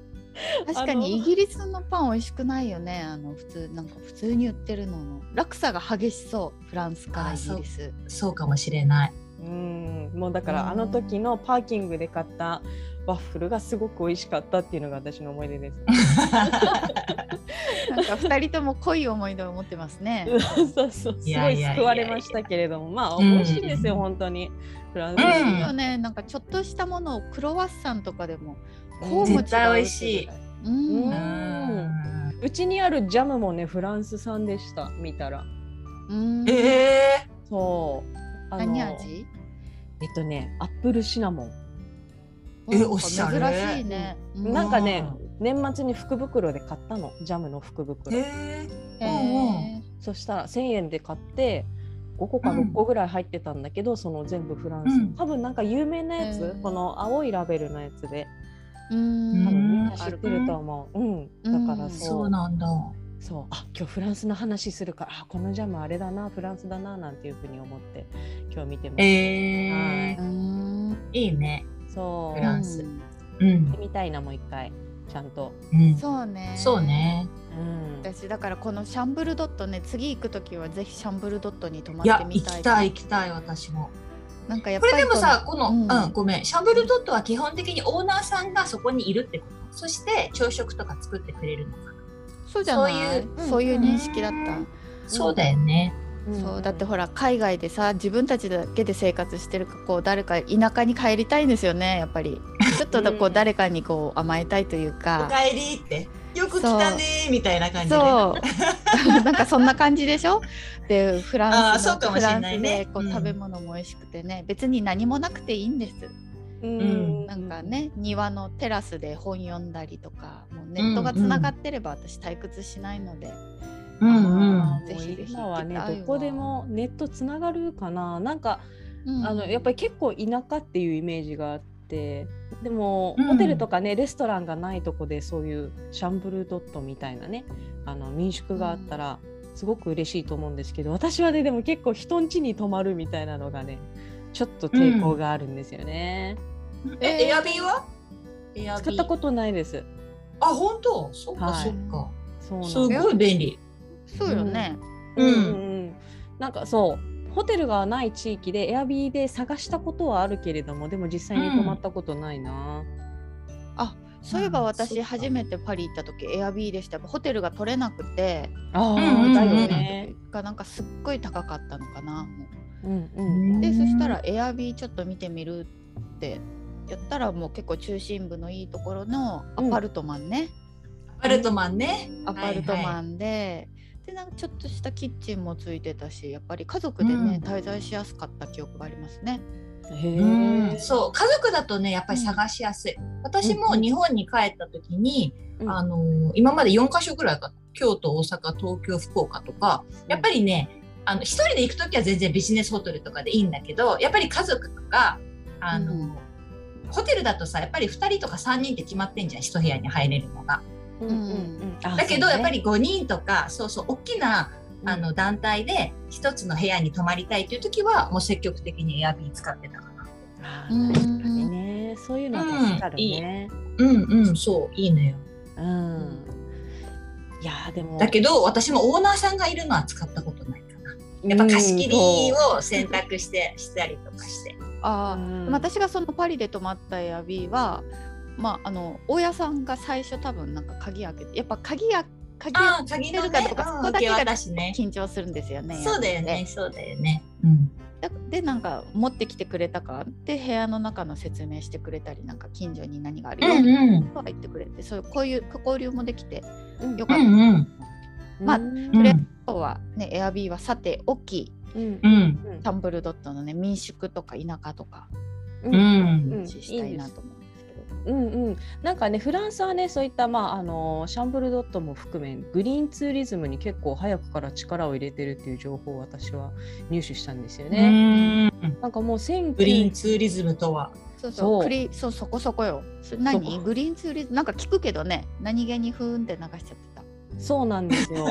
Speaker 2: 確かにイギリスのパン美味しくないよねあの普通なんか普通に売ってるのの落差が激しそうフランスから
Speaker 3: あ
Speaker 2: イ
Speaker 3: そ
Speaker 2: ギ
Speaker 3: う
Speaker 2: リス
Speaker 3: そうかもしれない。
Speaker 1: うんもうだから
Speaker 2: うん
Speaker 1: あの時のパーキングで買ったワッフルがすごく美味しかったっていうのが私の思い出です。
Speaker 2: なんか二人とも濃い思い出を持ってますね
Speaker 1: そうそうす
Speaker 3: い
Speaker 1: ご
Speaker 3: や
Speaker 1: い
Speaker 3: いやいやいや
Speaker 1: 救われましたけれどもまあ
Speaker 3: うん
Speaker 1: 美味しいですよ本当にフランス
Speaker 3: う
Speaker 2: い
Speaker 3: ん
Speaker 2: いよねなんかちょっとしたものをクロワッサンとかでも
Speaker 1: こうも
Speaker 3: 絶対美味しい。
Speaker 2: う
Speaker 1: う
Speaker 2: ん、
Speaker 3: うん
Speaker 2: うん
Speaker 3: ん
Speaker 1: うちにあるジャムもねフランス産でした見たら
Speaker 3: え
Speaker 1: そうあの
Speaker 2: 何味
Speaker 1: えっとねアップルシナモン
Speaker 3: え
Speaker 2: なんか
Speaker 3: おしゃれ
Speaker 2: 珍しいね、う
Speaker 1: なんかね
Speaker 3: う
Speaker 1: 年末に福袋で買ったのジャムの福
Speaker 3: ー、
Speaker 1: 袋、
Speaker 3: えー、
Speaker 2: へ
Speaker 3: うん
Speaker 2: ー
Speaker 1: そしたら1000円で買って5個か
Speaker 3: うん
Speaker 1: 6個ぐらい入ってたんだけど、その全部フランス、
Speaker 3: うん
Speaker 1: 多分なんか有名なやつ、
Speaker 2: うん
Speaker 1: この青いラベルのやつで
Speaker 2: うん
Speaker 1: 多分みんな
Speaker 2: あ
Speaker 1: 知っ
Speaker 2: る
Speaker 1: てると思う、うんだから
Speaker 2: うん
Speaker 1: そう,、
Speaker 3: そうなんだ。
Speaker 1: そうあ今日フランスの話するからあこのジャムあれだなフランスだななんていうふうに思って今日見てま
Speaker 3: え
Speaker 1: す、
Speaker 3: ー
Speaker 2: う、ん
Speaker 3: いいね。
Speaker 1: そう
Speaker 3: フランスうん、
Speaker 1: みたいなもう一回ちゃんと、
Speaker 3: うん、
Speaker 2: そうね
Speaker 3: そうね。
Speaker 1: うん、
Speaker 2: 私だからこのシャンブルドットね次行く時はぜひシャンブルドットに泊まっ
Speaker 3: いや
Speaker 2: て、み
Speaker 3: 行
Speaker 2: たい
Speaker 3: きたい、行きたい、私も。
Speaker 2: なんかやっ
Speaker 3: こ
Speaker 2: ぱり
Speaker 3: れでもさ、この、
Speaker 2: う
Speaker 3: うんん、ごめん、シャンブルドットは基本的にオーナーさんがそこにいるってこと。そして朝食とか作ってくれるのかな。
Speaker 2: そうじゃない
Speaker 3: そういう
Speaker 1: うん
Speaker 2: そういう認識だった、
Speaker 3: うんそうだよね。
Speaker 1: ん
Speaker 2: そうだってほら海外でさ自分たちだけで生活してるかこう誰か田舎に帰りたいんですよねやっぱりちょっとこ
Speaker 1: う
Speaker 2: うん誰かにこう甘えたいという
Speaker 3: お
Speaker 2: か、
Speaker 3: かえりって、よく来たねーみたいな感じで。
Speaker 2: そう [laughs] なんかそんな感じでしょでフランス
Speaker 3: あーそうか
Speaker 2: の
Speaker 3: も
Speaker 2: フ
Speaker 3: しれ
Speaker 2: ラン
Speaker 3: ない
Speaker 2: ス
Speaker 3: ね
Speaker 2: でこう
Speaker 3: うん
Speaker 2: 食べ物も美味しくてね別に何もなくていいんです
Speaker 1: うん
Speaker 2: なんかね庭のテラスで本読んだりとかもうネットがつながってれば私退屈しないので、
Speaker 3: うんうん。
Speaker 1: ぜ
Speaker 2: ぜ
Speaker 1: ひ
Speaker 2: ひぜひ
Speaker 1: 今はね
Speaker 2: 行きたいわ
Speaker 1: どこでもネットつながるかななんか、
Speaker 2: うん
Speaker 1: あのやっぱり結構田舎っていうイメージがあってでも、
Speaker 3: うん
Speaker 1: ホテルとかねレストランがないとこでそういうシャンブルドットみたいなねあの民宿があったらすごく嬉しいと思うんですけど、私はねでも結構人ん家に泊まるみたいなのがねちょっと抵抗があるんですよね、
Speaker 3: え、
Speaker 2: えー
Speaker 3: エアビーはエアビー
Speaker 1: 使ったことないです
Speaker 3: あ、本当そっか
Speaker 1: はい
Speaker 3: そっか。
Speaker 1: そうなんですす
Speaker 3: ごい便利。
Speaker 2: そうよね、
Speaker 1: うん
Speaker 3: うん
Speaker 1: うん、なんかそうホテルがない地域でエアビーで探したことはあるけれどもでも実際に泊まったことないな。
Speaker 2: そういえば
Speaker 3: うんそっ
Speaker 2: 私
Speaker 3: か
Speaker 2: 初めてパリ行った時エアビーでしたホテルが取れなくて
Speaker 1: あ
Speaker 3: うんうんうん
Speaker 1: あだよね。
Speaker 2: がなんかすっごい高かったのかなも
Speaker 1: うんうんう
Speaker 2: うんで
Speaker 3: うん
Speaker 2: そしたらエアビーちょっと見てみるってやったらもう結構中心部のいいところのアパルトマンね、
Speaker 3: アパルトマンね。
Speaker 2: アパルトマンで、でなんかちょっとしたキッチンもついてたしやっぱり家族でね、
Speaker 3: うん
Speaker 2: 滞在しやすかった記憶がありますね。
Speaker 1: へ
Speaker 3: うん、
Speaker 1: え。
Speaker 3: そう家族だとねやっぱり探しやすい、私も日本に帰った時に、
Speaker 1: うん
Speaker 3: あのー今まで4カ所ぐらいかな京都大阪東京福岡とかやっぱりねあの一人で行く時は全然ビジネスホテルとかでいいんだけどやっぱり家族とかあのー、
Speaker 2: うん
Speaker 3: ホテルだとさやっぱり2人とか3人って決まってんじゃん一部屋に入れるのが。
Speaker 1: うんうんうん。
Speaker 3: だ
Speaker 1: だ
Speaker 3: けどやっぱり5人とかそうそう大きなあの団体で一つの部屋に泊まりたいという時はもう積極的にエアビー使ってたかな。
Speaker 1: 確かにねそういうのは助かるね。
Speaker 3: うんうんそういいのよ。
Speaker 1: うん。いやーでも
Speaker 3: だけど私もオーナーさんがいるのは使ったことないかな。やっぱ貸し切りを選択して [laughs] したりとかして。
Speaker 2: あー
Speaker 1: うん
Speaker 2: でも私がそのパリで泊まったエアビーは、まあ、あの大家さんが最初多分なんか鍵開けてやっぱ鍵や鍵開
Speaker 3: ああ、鍵
Speaker 2: け
Speaker 3: の
Speaker 2: るか
Speaker 3: ね
Speaker 2: とか、
Speaker 3: うん
Speaker 2: そこだ
Speaker 3: 受
Speaker 2: け
Speaker 3: け
Speaker 2: が
Speaker 3: 渡しね。
Speaker 2: 緊張するんですよね。
Speaker 3: そうだよ
Speaker 2: エアビー
Speaker 3: ね
Speaker 2: っ、て。
Speaker 3: そうだよね。うん。
Speaker 2: だでなんか持ってきてくれたからで部屋の中の説明してくれたりなんか近所に何があるよ
Speaker 3: うん
Speaker 2: とか言ってくれてそういうこういう交流もできて
Speaker 1: うん
Speaker 2: よ
Speaker 3: う
Speaker 2: か
Speaker 3: ん
Speaker 2: っ
Speaker 3: う
Speaker 2: た。
Speaker 3: ん
Speaker 2: まあ
Speaker 1: うん
Speaker 2: とりあえず今日はねエアビーはさておき
Speaker 1: うん
Speaker 3: うん
Speaker 2: タンブルドットのね民宿とか田舎とか
Speaker 1: うん
Speaker 3: うん
Speaker 1: うん
Speaker 2: ししたいなと思うんですけど。
Speaker 1: うんうん、なんかねフランスはねそういった、まあ、あのシャンブルドットも含めグリーンツーリズムに結構早くから力を入れてるっていう情報を私は入手したんですよ
Speaker 3: う
Speaker 1: ね。
Speaker 3: ん
Speaker 1: なんかもう1900
Speaker 3: グリーンツーリズムとは
Speaker 2: そうそ、
Speaker 1: そうう
Speaker 2: クリそうそこそこよ。それ何グリーンツーリズムなんか聞くけどね、何気にふーんって流しちゃってた。
Speaker 1: そうなんです
Speaker 3: [laughs]
Speaker 1: よ。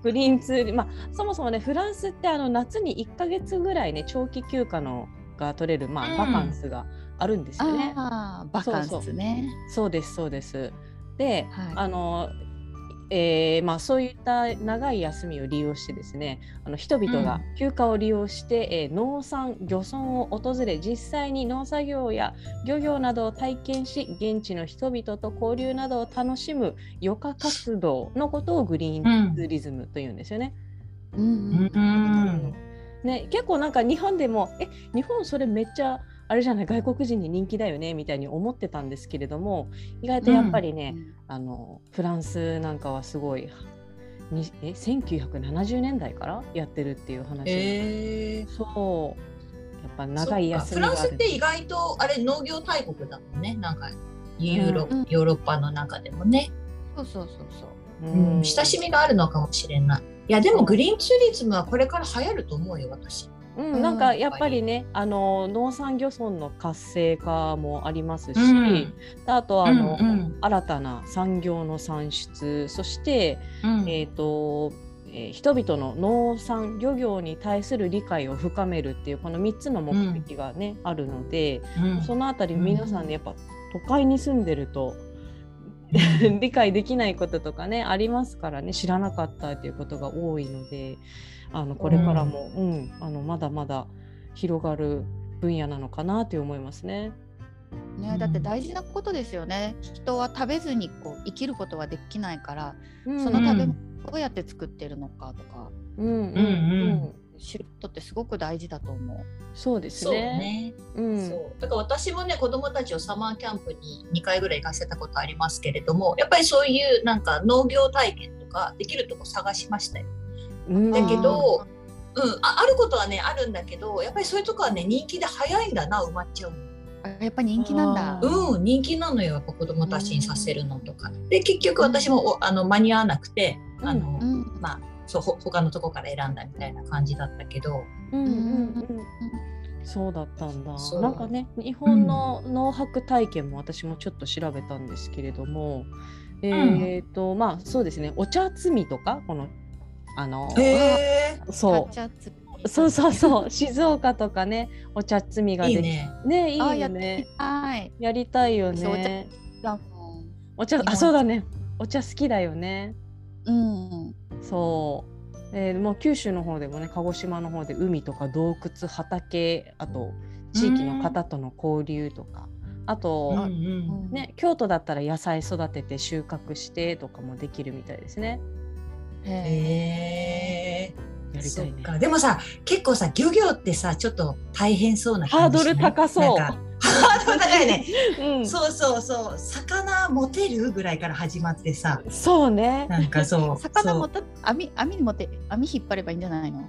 Speaker 1: グリーンツーリまあそもそもねフランスってあの夏に1ヶ月ぐらいね長期休暇のが取れる、ま
Speaker 3: うん
Speaker 1: あ、バカンスがあるんですよね。
Speaker 2: ああ、バカンスね。
Speaker 1: そうですそうですで、
Speaker 2: はい
Speaker 1: あのえーまあ、そういった長い休みを利用してですねあの人々が休暇を利用して、えー農産漁村を訪れ実際に農作業や漁業などを体験し現地の人々と交流などを楽しむ余暇活動のことをグリーンツーリズムというんですよね。
Speaker 2: うんうん
Speaker 3: う
Speaker 1: うんんね、結構なんか日本でもえ日本それめっちゃあれじゃない外国人に人気だよねみたいに思ってたんですけれども意外とやっぱりね、あのフランスなんかはすごいにえ1970年代からやってるっていう話、
Speaker 3: え
Speaker 1: そうやっぱ
Speaker 3: ー
Speaker 1: 長い休み
Speaker 3: そ
Speaker 1: が
Speaker 3: っ
Speaker 1: あ
Speaker 3: か
Speaker 1: る
Speaker 3: フランスって意外とあれ農業大国だもんねなんかユーロ、
Speaker 2: うん
Speaker 3: ヨーロッパの中でもね、
Speaker 2: そうそうそうそう。
Speaker 1: うん
Speaker 3: 親しみがあるのかもしれないいやでもグリーンツーリズムはこれから流行ると思うよ私
Speaker 1: うん、なんかやっぱりねあの農産漁村の活性化もありますし、あとはあの、
Speaker 3: うん
Speaker 1: 新たな産業の産出そして、
Speaker 3: うん
Speaker 1: えーとえー人々の農産漁業に対する理解を深めるっていうこの3つの目的がね、あるので、
Speaker 3: うん
Speaker 1: そのあたり
Speaker 3: うん
Speaker 1: 皆さんねやっぱ都会に住んでると [laughs] 理解できないこととかねありますからね知らなかったということが多いのであのこれからも、うんあのまだまだ広がる分野なのかなという思いますね。
Speaker 3: う
Speaker 2: ね、
Speaker 3: ん
Speaker 2: だって大事なことですよね。人は食べずにこう生きることはできないから、その
Speaker 1: うん
Speaker 2: 食べ物をどうやって作ってるのかとか、
Speaker 1: うんうん
Speaker 3: うんうん
Speaker 2: 知ることってすごく大事だと思う。
Speaker 1: そうです
Speaker 3: そう
Speaker 1: ね。
Speaker 3: ね、
Speaker 1: うん
Speaker 3: そうだから私もね子供たちをサマーキャンプに2回ぐらい行かせたことありますけれどもやっぱりそういうなんか農業体験とかできるとこ探しましたよ
Speaker 1: うん
Speaker 3: だけどうんああることはねあるんだけどやっぱりそういうとこはね人気で早いんだな埋まっちゃうの
Speaker 2: あやっぱ人気なんだ
Speaker 1: あ。ー
Speaker 3: うん、人気なのよやっぱ子供たちにさせるのとか。で結局私もおあの間に合わなくてあの、
Speaker 2: うん
Speaker 3: まあそうほ他のとこから選んだみたいな感じだったけど、
Speaker 1: うんうんうんそうだったんだなんかね日本の農泊体験も私もちょっと調べたんですけれども、えっ、とまあそうですねお茶摘みとかこのあの
Speaker 3: へ
Speaker 1: そ
Speaker 2: 買っ
Speaker 1: う
Speaker 2: ちゃって
Speaker 1: そうそうそう [laughs] 静岡とかねお茶摘みが
Speaker 3: い
Speaker 1: でき
Speaker 3: い
Speaker 1: ね
Speaker 3: ね。
Speaker 1: いい
Speaker 2: あ
Speaker 1: よ
Speaker 2: やっ
Speaker 1: ね
Speaker 2: てみたい。
Speaker 1: やりたいよ
Speaker 2: そうお茶
Speaker 1: ね
Speaker 2: だもん。
Speaker 1: お茶
Speaker 2: 日本
Speaker 1: あそうだねお茶好きだよね
Speaker 2: うん。
Speaker 1: そう。えーもう九州の方でもね鹿児島の方で海とか洞窟畑あと地域の方との交流とかあ
Speaker 3: うんう
Speaker 1: と、
Speaker 3: ん
Speaker 1: ね、京都だったら野菜育てて収穫してとかもできるみたいですね。
Speaker 2: へえ。
Speaker 3: へー
Speaker 1: やりた
Speaker 3: そ
Speaker 1: い
Speaker 3: っ
Speaker 1: ね。
Speaker 3: かでもさ結構さ漁業ってさちょっと大変そうな
Speaker 1: ハー
Speaker 3: 感じ
Speaker 1: ド
Speaker 3: しない
Speaker 1: ル高そう。
Speaker 3: なんかハードル高いね、
Speaker 1: [laughs] うん、そ
Speaker 3: そうそうそう魚持てるぐらいから始まってさ
Speaker 1: うね。
Speaker 3: なんかそ
Speaker 2: [laughs]
Speaker 3: う
Speaker 2: 魚持
Speaker 3: そう
Speaker 2: た網網持って網引っ張ればいいんじゃないの？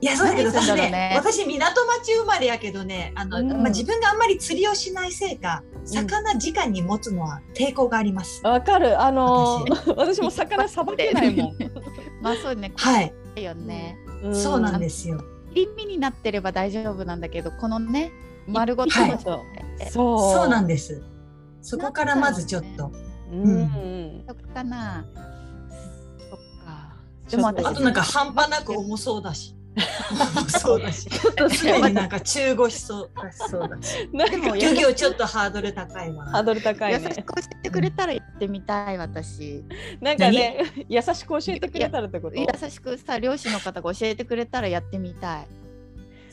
Speaker 3: いやそうだけど
Speaker 2: 何す
Speaker 3: さ
Speaker 2: んだろう
Speaker 3: ね
Speaker 2: ね
Speaker 3: 私港町生まれやけどねあの、
Speaker 1: うん
Speaker 3: まあ、自分があんまり釣りをしないせいか魚直に持つのは抵抗があります、
Speaker 1: わかる。あのー私も魚さばけないもん。
Speaker 2: [laughs] まあそうね。
Speaker 3: はい、
Speaker 2: 怖いよね。
Speaker 1: ん
Speaker 3: [laughs] そうなんですよ
Speaker 2: 切り身になってれば大丈夫なんだけど、このね丸ごと、
Speaker 3: はい
Speaker 1: そう。
Speaker 3: そうなんんですそこからまずちょっと、
Speaker 1: うんうん。
Speaker 2: そっかな。そっ
Speaker 1: [laughs]
Speaker 2: か。
Speaker 1: ち
Speaker 2: で
Speaker 1: ょっとうん
Speaker 2: も私
Speaker 3: あとなんか半端なく重そうだし重そうだし
Speaker 1: ちょっと
Speaker 3: 常になんか中腰そうだしそうだし
Speaker 1: なん
Speaker 2: でも
Speaker 1: か
Speaker 3: 漁業ちょっとハードル高い
Speaker 1: ハー
Speaker 3: わ
Speaker 1: ドル高
Speaker 2: 優
Speaker 1: い
Speaker 2: し
Speaker 1: ね。
Speaker 2: く教えてくれたら行ってみたい私。
Speaker 1: なんかね、 [laughs] 優しく教えてくれたらってこと
Speaker 2: 優しくさ漁師の方が教えてくれたらやってみたい。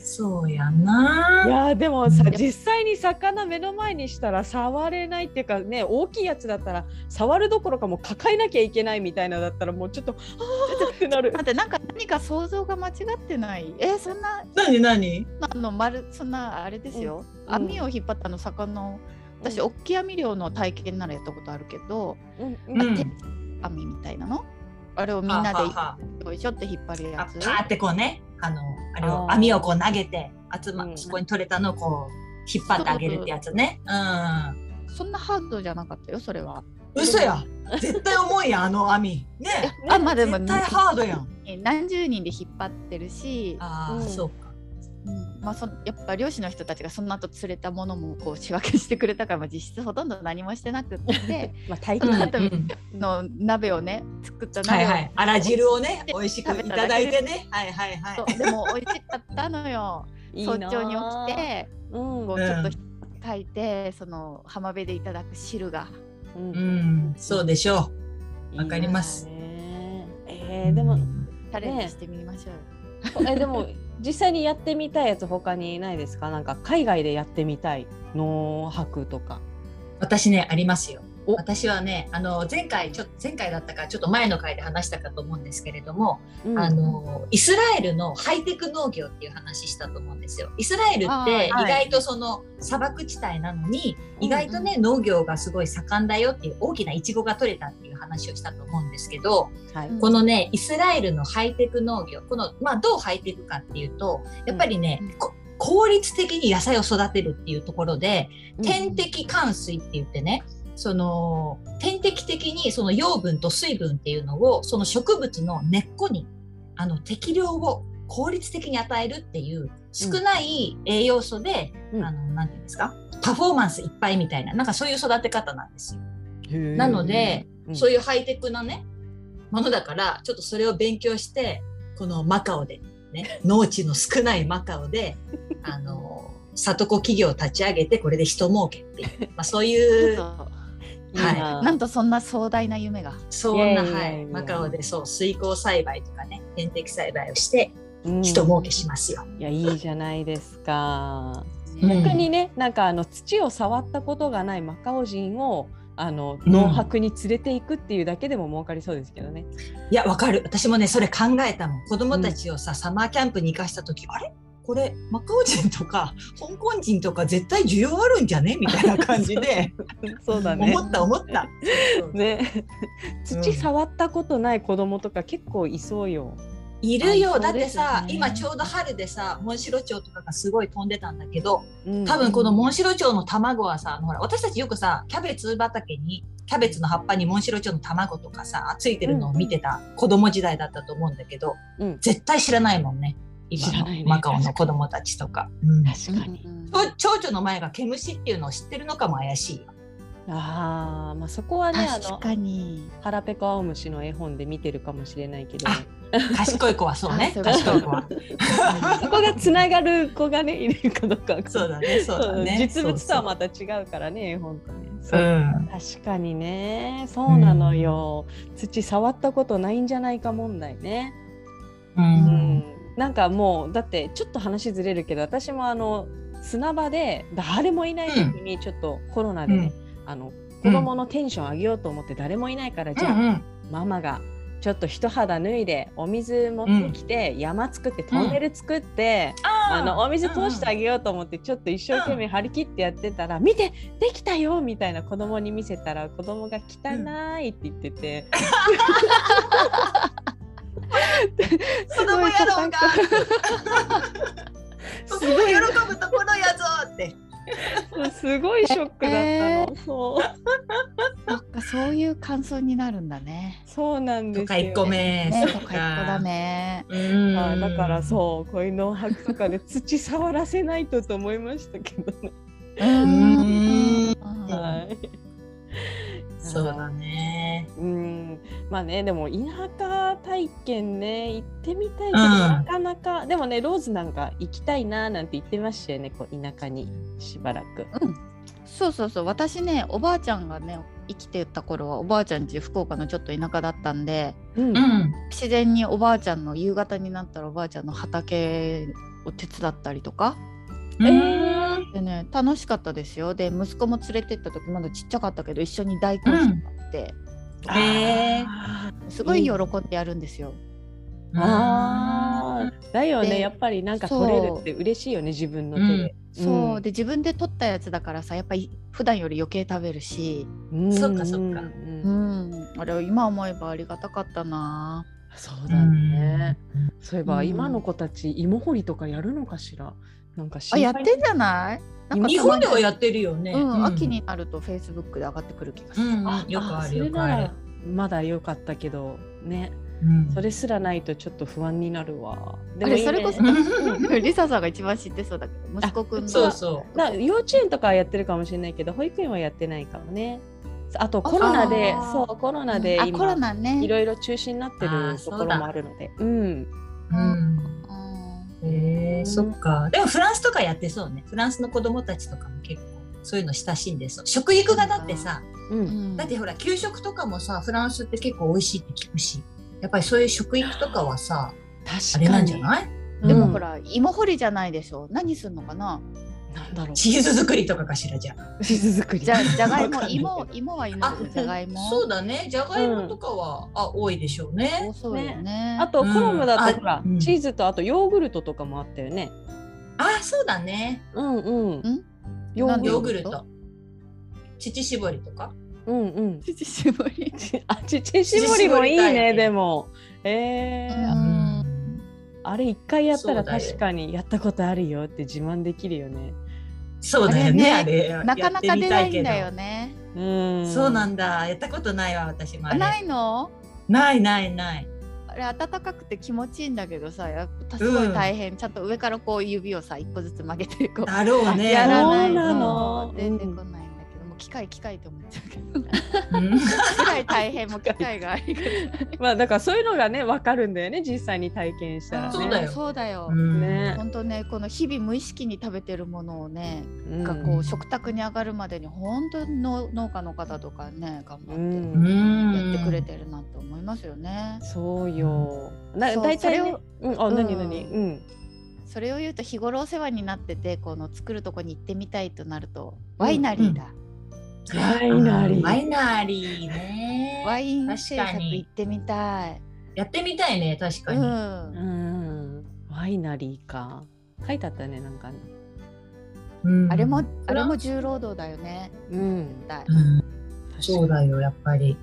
Speaker 3: そうやない
Speaker 1: やーでもさ
Speaker 2: うん
Speaker 1: 実際に魚目の前にしたら触れないっていうかね大きいやつだったら触るどころかもう抱えなきゃいけないみたいなだったらもうちょっとあーってなる
Speaker 2: 待ってなんか何か想像が間違ってないえそんな
Speaker 3: なになに
Speaker 2: あの丸そんなあれですよ、
Speaker 1: うん
Speaker 2: 網を引っ張ったの魚を私、おっきい網漁の体験ならやったことあるけど
Speaker 1: うんう
Speaker 3: う
Speaker 1: ん
Speaker 3: んみ
Speaker 2: 網みたいなのあれをみんなで
Speaker 3: あ
Speaker 2: よいしょって引っ張る
Speaker 3: パ
Speaker 2: やつ
Speaker 3: ーってこうねあのあれ
Speaker 1: あ
Speaker 3: を
Speaker 1: ー
Speaker 3: 網をこう投げて集ま
Speaker 1: うん
Speaker 3: そこに取れたのをこう引っ張ってあげるってやつねうん
Speaker 2: そんなハードじゃなかったよそれは
Speaker 3: 嘘や絶対重いやんあの網
Speaker 1: [laughs]
Speaker 3: ね
Speaker 2: あまあでも
Speaker 3: 絶対ハードやん
Speaker 2: え何十人で引っ張ってるし、
Speaker 3: ああ
Speaker 1: うん
Speaker 3: そうか
Speaker 2: うんまあ、そやっぱ漁師の人たちがその後釣れたものもこう仕分けしてくれたからまあ実質ほとんど何もしてなく
Speaker 3: [laughs]
Speaker 2: って
Speaker 1: まあ体
Speaker 2: う
Speaker 1: 験
Speaker 2: ん
Speaker 1: だ
Speaker 2: あとの鍋をね作った
Speaker 3: は
Speaker 2: 鍋
Speaker 3: い
Speaker 2: を、
Speaker 3: はいあら汁をね美味しく
Speaker 2: 食
Speaker 3: い
Speaker 2: べ
Speaker 3: た
Speaker 2: ただ
Speaker 3: だ
Speaker 2: け
Speaker 3: い
Speaker 2: で
Speaker 3: てねはいはいはい
Speaker 2: そうでも美味しかったの
Speaker 3: [laughs]
Speaker 2: よ
Speaker 1: いいなー
Speaker 2: 早朝に起き、て
Speaker 1: うん
Speaker 2: こ
Speaker 1: う
Speaker 2: う
Speaker 1: う
Speaker 2: ちょっ
Speaker 3: う
Speaker 2: と炊いてその浜辺でいただく汁が
Speaker 1: ん
Speaker 3: うんそうでしょわかります
Speaker 1: いいね
Speaker 3: う
Speaker 1: えーでも [laughs]
Speaker 2: チャレンジしてみましょうよ、
Speaker 1: えでも実際にやってみたいやつ他にないですかなんか海外でやってみたい農泊とか
Speaker 3: 私ねありますよ
Speaker 1: お
Speaker 3: 私はねあの前回ちょっと前回だったかちょっと前の回で話したかと思うんですけれども
Speaker 1: うん
Speaker 3: あのイスラエルのハイテク農業っていう話したと思うんですよ。イスラエルっ
Speaker 2: あ
Speaker 3: て
Speaker 2: ー
Speaker 3: 意
Speaker 2: はい
Speaker 3: 外とその砂漠地帯なのに、
Speaker 1: うん
Speaker 3: 意外とね農業がすごい盛んだよっていう大きなイチゴが取れたっていう話をしたと思うんですけど、
Speaker 1: はい
Speaker 2: うん
Speaker 3: このねイスラエルのハイテク農業この、まあ、どうハイテクかっていうとやっぱりね、
Speaker 2: うん
Speaker 3: こ効率的に野菜を育てるっていうところで、
Speaker 1: うん
Speaker 3: 天敵灌水って言ってねその天敵的にその養分と水分っていうのをその植物の根っこにあの適量を効率的に与えるっていう少ない栄養素で、
Speaker 1: うん
Speaker 3: あのなんていうんですかパフォーマンスいっぱいみたいななんかそういう育て方なんですよ。
Speaker 1: へー
Speaker 3: なので、
Speaker 1: うん
Speaker 3: そういうハイテクなねものだからちょっとそれを勉強してこのマカオで、ね、農地の少ないマカオであの里子企業を立ち上げてこれで人儲けっていう、まあ、そういう
Speaker 2: そう
Speaker 3: はい
Speaker 1: いな
Speaker 2: なんとそんな壮大な夢が
Speaker 3: そんな、
Speaker 1: いやいや
Speaker 3: はい
Speaker 1: やい
Speaker 3: い、
Speaker 1: や
Speaker 3: マカオでそう水耕栽培とかね天敵栽培をして
Speaker 1: うん
Speaker 3: 人儲けしますよ。
Speaker 1: いやいいじゃないですか
Speaker 3: うん
Speaker 1: 他にねなんかあの土を触ったことがないマカオ人をあの
Speaker 3: うん
Speaker 1: 農泊に連れていくっていうだけでも儲かりそうですけどね。
Speaker 3: いやわかる私もねそれ考えたもん子供たちをさ、サマーキャンプに行かした時あれこれマカオ人とか香港人とか絶対需要あるんじゃねみたいな感じで。
Speaker 1: [laughs] そうだね
Speaker 3: 思。った思 [laughs] った。
Speaker 1: ね土触ったことない子供とか結構いそうよ。
Speaker 3: いるよ、
Speaker 2: はい
Speaker 3: だってさ、
Speaker 2: そうですよね
Speaker 3: 今ちょうど春でさモンシロチョウとかがすごい飛んでたんだけど
Speaker 1: うん
Speaker 3: 多分このモンシロチョウの卵はさほら私たちよくさキャベツ畑にキャベツの葉っぱにモンシロチョウの卵とかさついてるのを見てた子供時代だったと思うんだけど、
Speaker 1: うん
Speaker 3: 絶対知らないもんね今
Speaker 1: 知ら
Speaker 3: の
Speaker 1: ないね
Speaker 3: マカオの子供たちとか。うん
Speaker 1: 確かに。
Speaker 2: うん
Speaker 3: 蝶々の前が毛虫っていうのを知ってるのかも怪しいよ。
Speaker 1: ああまあそこはねあ
Speaker 2: 確
Speaker 1: の
Speaker 2: かに。
Speaker 1: 腹ペコ青虫の絵本で見てるかもしれないけど
Speaker 3: あ賢い子はそう
Speaker 2: あ
Speaker 3: ね
Speaker 2: そうか
Speaker 3: 賢い子は。
Speaker 1: そこがつながる子がねいるかどうかわかんない
Speaker 3: [laughs] そうだね、そうだね。
Speaker 1: 実物とは
Speaker 3: ま
Speaker 1: また違うからね絵本とね。
Speaker 3: う
Speaker 1: そう
Speaker 3: うん。
Speaker 1: 確かにねそうなのよ、土触ったことないんじゃないか問題ね、
Speaker 3: う
Speaker 1: うん
Speaker 3: ん
Speaker 1: なんかもうだってちょっと話ずれるけど私もあの砂場で誰もいない時にちょっとコロナで、ねあの子供のテンション上げようと思って誰もいないから、じゃあ、ママがちょっと一肌脱いでお水持ってきて、山作ってトンネル作って、あのお水通してあ
Speaker 3: げ
Speaker 1: げようと思ってちょっと一生懸命張り切ってやってたら「見てできたよ!」みたいな子供に見せたら子供が「汚い」って言ってて、 [laughs]
Speaker 3: 子供やろうが
Speaker 1: す
Speaker 3: そ
Speaker 1: ご
Speaker 3: こ
Speaker 1: い
Speaker 3: も喜ぶところやぞって。
Speaker 1: すごいショックだったの、
Speaker 2: え
Speaker 1: そう
Speaker 2: そっかそういう感想になるんだね。
Speaker 1: そうなんです
Speaker 3: と
Speaker 1: よ
Speaker 3: か一個目。
Speaker 2: ね
Speaker 3: そ
Speaker 2: と
Speaker 3: っ
Speaker 2: か一個だ。ね。
Speaker 3: うん
Speaker 1: はいだからそうこういう農泊とかで土触らせないとと思いましたけどね。
Speaker 2: うーん。
Speaker 3: うん
Speaker 1: はい
Speaker 3: そうだね。
Speaker 1: うんまあねでも田舎体験ね行ってみたいけど、
Speaker 3: ん
Speaker 1: なかなかでもねローズなんか行きたいななんて言ってましたよねこう田舎にしばらく。
Speaker 2: そうそうそう私ねおばあちゃんがね生きてた頃はおばあちゃん家福岡のちょっと田舎だったんで
Speaker 1: うん
Speaker 3: うん。
Speaker 2: 自然におばあちゃんの夕方になったらおばあちゃんの畑を手伝ったりとか
Speaker 3: え
Speaker 2: でね楽しかったですよで息子も連れてった時まだちっちゃかったけど一緒に大根してもらって、
Speaker 3: えー
Speaker 1: あー
Speaker 2: すごい喜んでやるんですよ。
Speaker 1: あーだよね
Speaker 2: で
Speaker 1: やっぱりなんか
Speaker 2: そ
Speaker 1: 取
Speaker 2: う
Speaker 1: れるって嬉しいよね自分の手で、
Speaker 2: そう、
Speaker 1: うん
Speaker 2: で自分で取ったやつだからさやっぱり普段より余計食べるし、
Speaker 1: ん
Speaker 3: そっかそっか
Speaker 1: ん
Speaker 2: うん、あれを今思えばありがたかったな。
Speaker 1: そうだね、
Speaker 3: うん
Speaker 1: そういえば、
Speaker 2: うん
Speaker 1: 今の子たち芋掘りとかやるのかしらなんか
Speaker 2: あやっ
Speaker 1: 心配
Speaker 2: てんじゃない？なんか
Speaker 3: 日本ではや
Speaker 2: っ
Speaker 3: ってるよね。
Speaker 2: うん、秋になるとフェイスブックで上がってくる気がす
Speaker 3: う
Speaker 2: る。
Speaker 3: ん、
Speaker 1: あ
Speaker 3: よくあ
Speaker 1: そ
Speaker 3: る
Speaker 1: れ
Speaker 3: よく
Speaker 1: な
Speaker 3: ある
Speaker 1: ら。まだ良かったけどね
Speaker 3: うん
Speaker 1: それすらないとちょっと不安になるわで
Speaker 2: あ
Speaker 1: も
Speaker 2: れ
Speaker 1: いいね
Speaker 2: それこそ、うん [laughs] リサさんが一番知ってそうだけど息子くんが
Speaker 3: そうそ
Speaker 1: な幼稚園とかはやってるかもしれないけど保育園はやってないかもねあとコロナで
Speaker 2: あ
Speaker 1: そうコロナで
Speaker 2: あコロ
Speaker 1: 今
Speaker 2: ナね
Speaker 1: いろいろ中止になって
Speaker 3: あ
Speaker 1: る
Speaker 3: ー
Speaker 1: と
Speaker 3: そうだ
Speaker 1: ころもあるのでうん
Speaker 3: う。うん。
Speaker 2: うん
Speaker 3: えー、そっか。でもフランスとかやってそうね。フランスの子供たちとかも結構そういうの親しんでそう。食育がだってさ、
Speaker 1: うん、
Speaker 2: うん
Speaker 3: だってほら給食とかもさ、フランスって結構美味しいって聞くし、やっぱりそういう食育とかはさ、あ
Speaker 1: 確
Speaker 3: れ
Speaker 1: か
Speaker 3: なんじゃ
Speaker 1: に
Speaker 3: ない？
Speaker 2: でも
Speaker 1: うん
Speaker 2: ほら、芋掘りじゃないでしょ何すんのかな
Speaker 1: なんだろう
Speaker 3: チーズ作りとかかしらじゃあ。
Speaker 1: チーズ作り
Speaker 2: じゃじゃがい
Speaker 3: わかん
Speaker 2: も
Speaker 3: ないけど
Speaker 2: 芋芋は芋だけどじゃがいも
Speaker 3: そうだね。じゃがいもとかは、あ多いでしょうね。
Speaker 2: 多そうよね [laughs]
Speaker 1: あとコ
Speaker 3: うん
Speaker 1: ロムだ
Speaker 3: あ
Speaker 1: とほら、
Speaker 3: うん
Speaker 1: チーズとあとヨーグルトとかもあったよね。
Speaker 3: あそうだね。
Speaker 1: うんうん。
Speaker 2: ん
Speaker 1: ヨー
Speaker 2: なん
Speaker 1: グ
Speaker 2: で
Speaker 1: ル
Speaker 3: ヨ
Speaker 1: ト。
Speaker 3: ーグルト。乳搾りとか。
Speaker 1: うんうん。 [laughs]
Speaker 2: 乳搾り
Speaker 1: あちち絞りもいい
Speaker 3: 乳搾りタ
Speaker 1: ね
Speaker 3: イプ
Speaker 1: でも。えー
Speaker 2: うん
Speaker 1: あれ一回やったら
Speaker 3: そうだよ
Speaker 1: 確かにやったことあるよって自慢できるよね。
Speaker 3: そうだよね。
Speaker 2: あ
Speaker 3: あ
Speaker 2: れ
Speaker 3: れ
Speaker 2: なかなか出ないんだ
Speaker 3: や
Speaker 2: よ
Speaker 3: って
Speaker 2: ね
Speaker 1: うん。。
Speaker 3: みたいけど。そうなんんだ。やったことないわ私もあれ。な
Speaker 2: ないいの
Speaker 3: ないない
Speaker 2: あれ暖かくて気持ちいいんだけどさやっぱすごい大変、ちゃんと上からこう指をさ一個ずつ曲げてこう
Speaker 3: だろうね。
Speaker 2: やらない
Speaker 1: そうな
Speaker 2: と
Speaker 1: の
Speaker 2: 出てこないんだけど、もう機械機械と思っちゃうけど
Speaker 3: うん
Speaker 2: 機械大変も機械がありが
Speaker 1: まあだからそういうのがねわかるんだよね実際に体験したら、ね。
Speaker 2: た
Speaker 3: そうだよ
Speaker 2: そうだよ、
Speaker 3: うん
Speaker 1: ね
Speaker 2: 本当ねこの日々無意識に食べてるものをね、
Speaker 1: うん
Speaker 2: がこう食卓に上がるまでに本当にの農家の方とかね頑
Speaker 1: う
Speaker 2: 張
Speaker 1: ん。
Speaker 2: って
Speaker 3: ん
Speaker 2: やってくれてるなと思いますよね。
Speaker 1: そうよ。な
Speaker 2: そう
Speaker 1: 大体
Speaker 2: そ
Speaker 1: ね
Speaker 2: れを。
Speaker 1: うん。あ何
Speaker 2: うん
Speaker 1: 何うん。
Speaker 2: それを言うと日頃お世話になっててこの作るとこに行ってみたいとなるとワイナリーだ、
Speaker 1: ワイナリー
Speaker 3: ワイナリーね。
Speaker 2: ワイン
Speaker 3: 確
Speaker 2: 製
Speaker 3: か
Speaker 2: 作
Speaker 3: に
Speaker 2: 行ってみたい。
Speaker 3: やってみたいね確か
Speaker 2: う、
Speaker 3: に。
Speaker 1: うんん。ワイナリーか。書いてあったねなんかね。
Speaker 3: うん
Speaker 2: あれもあ
Speaker 3: フ
Speaker 2: れ
Speaker 3: ラン
Speaker 2: も重労働だよね。
Speaker 1: うん。
Speaker 2: だい
Speaker 3: うん
Speaker 1: 確かに
Speaker 3: そうだよやっぱり。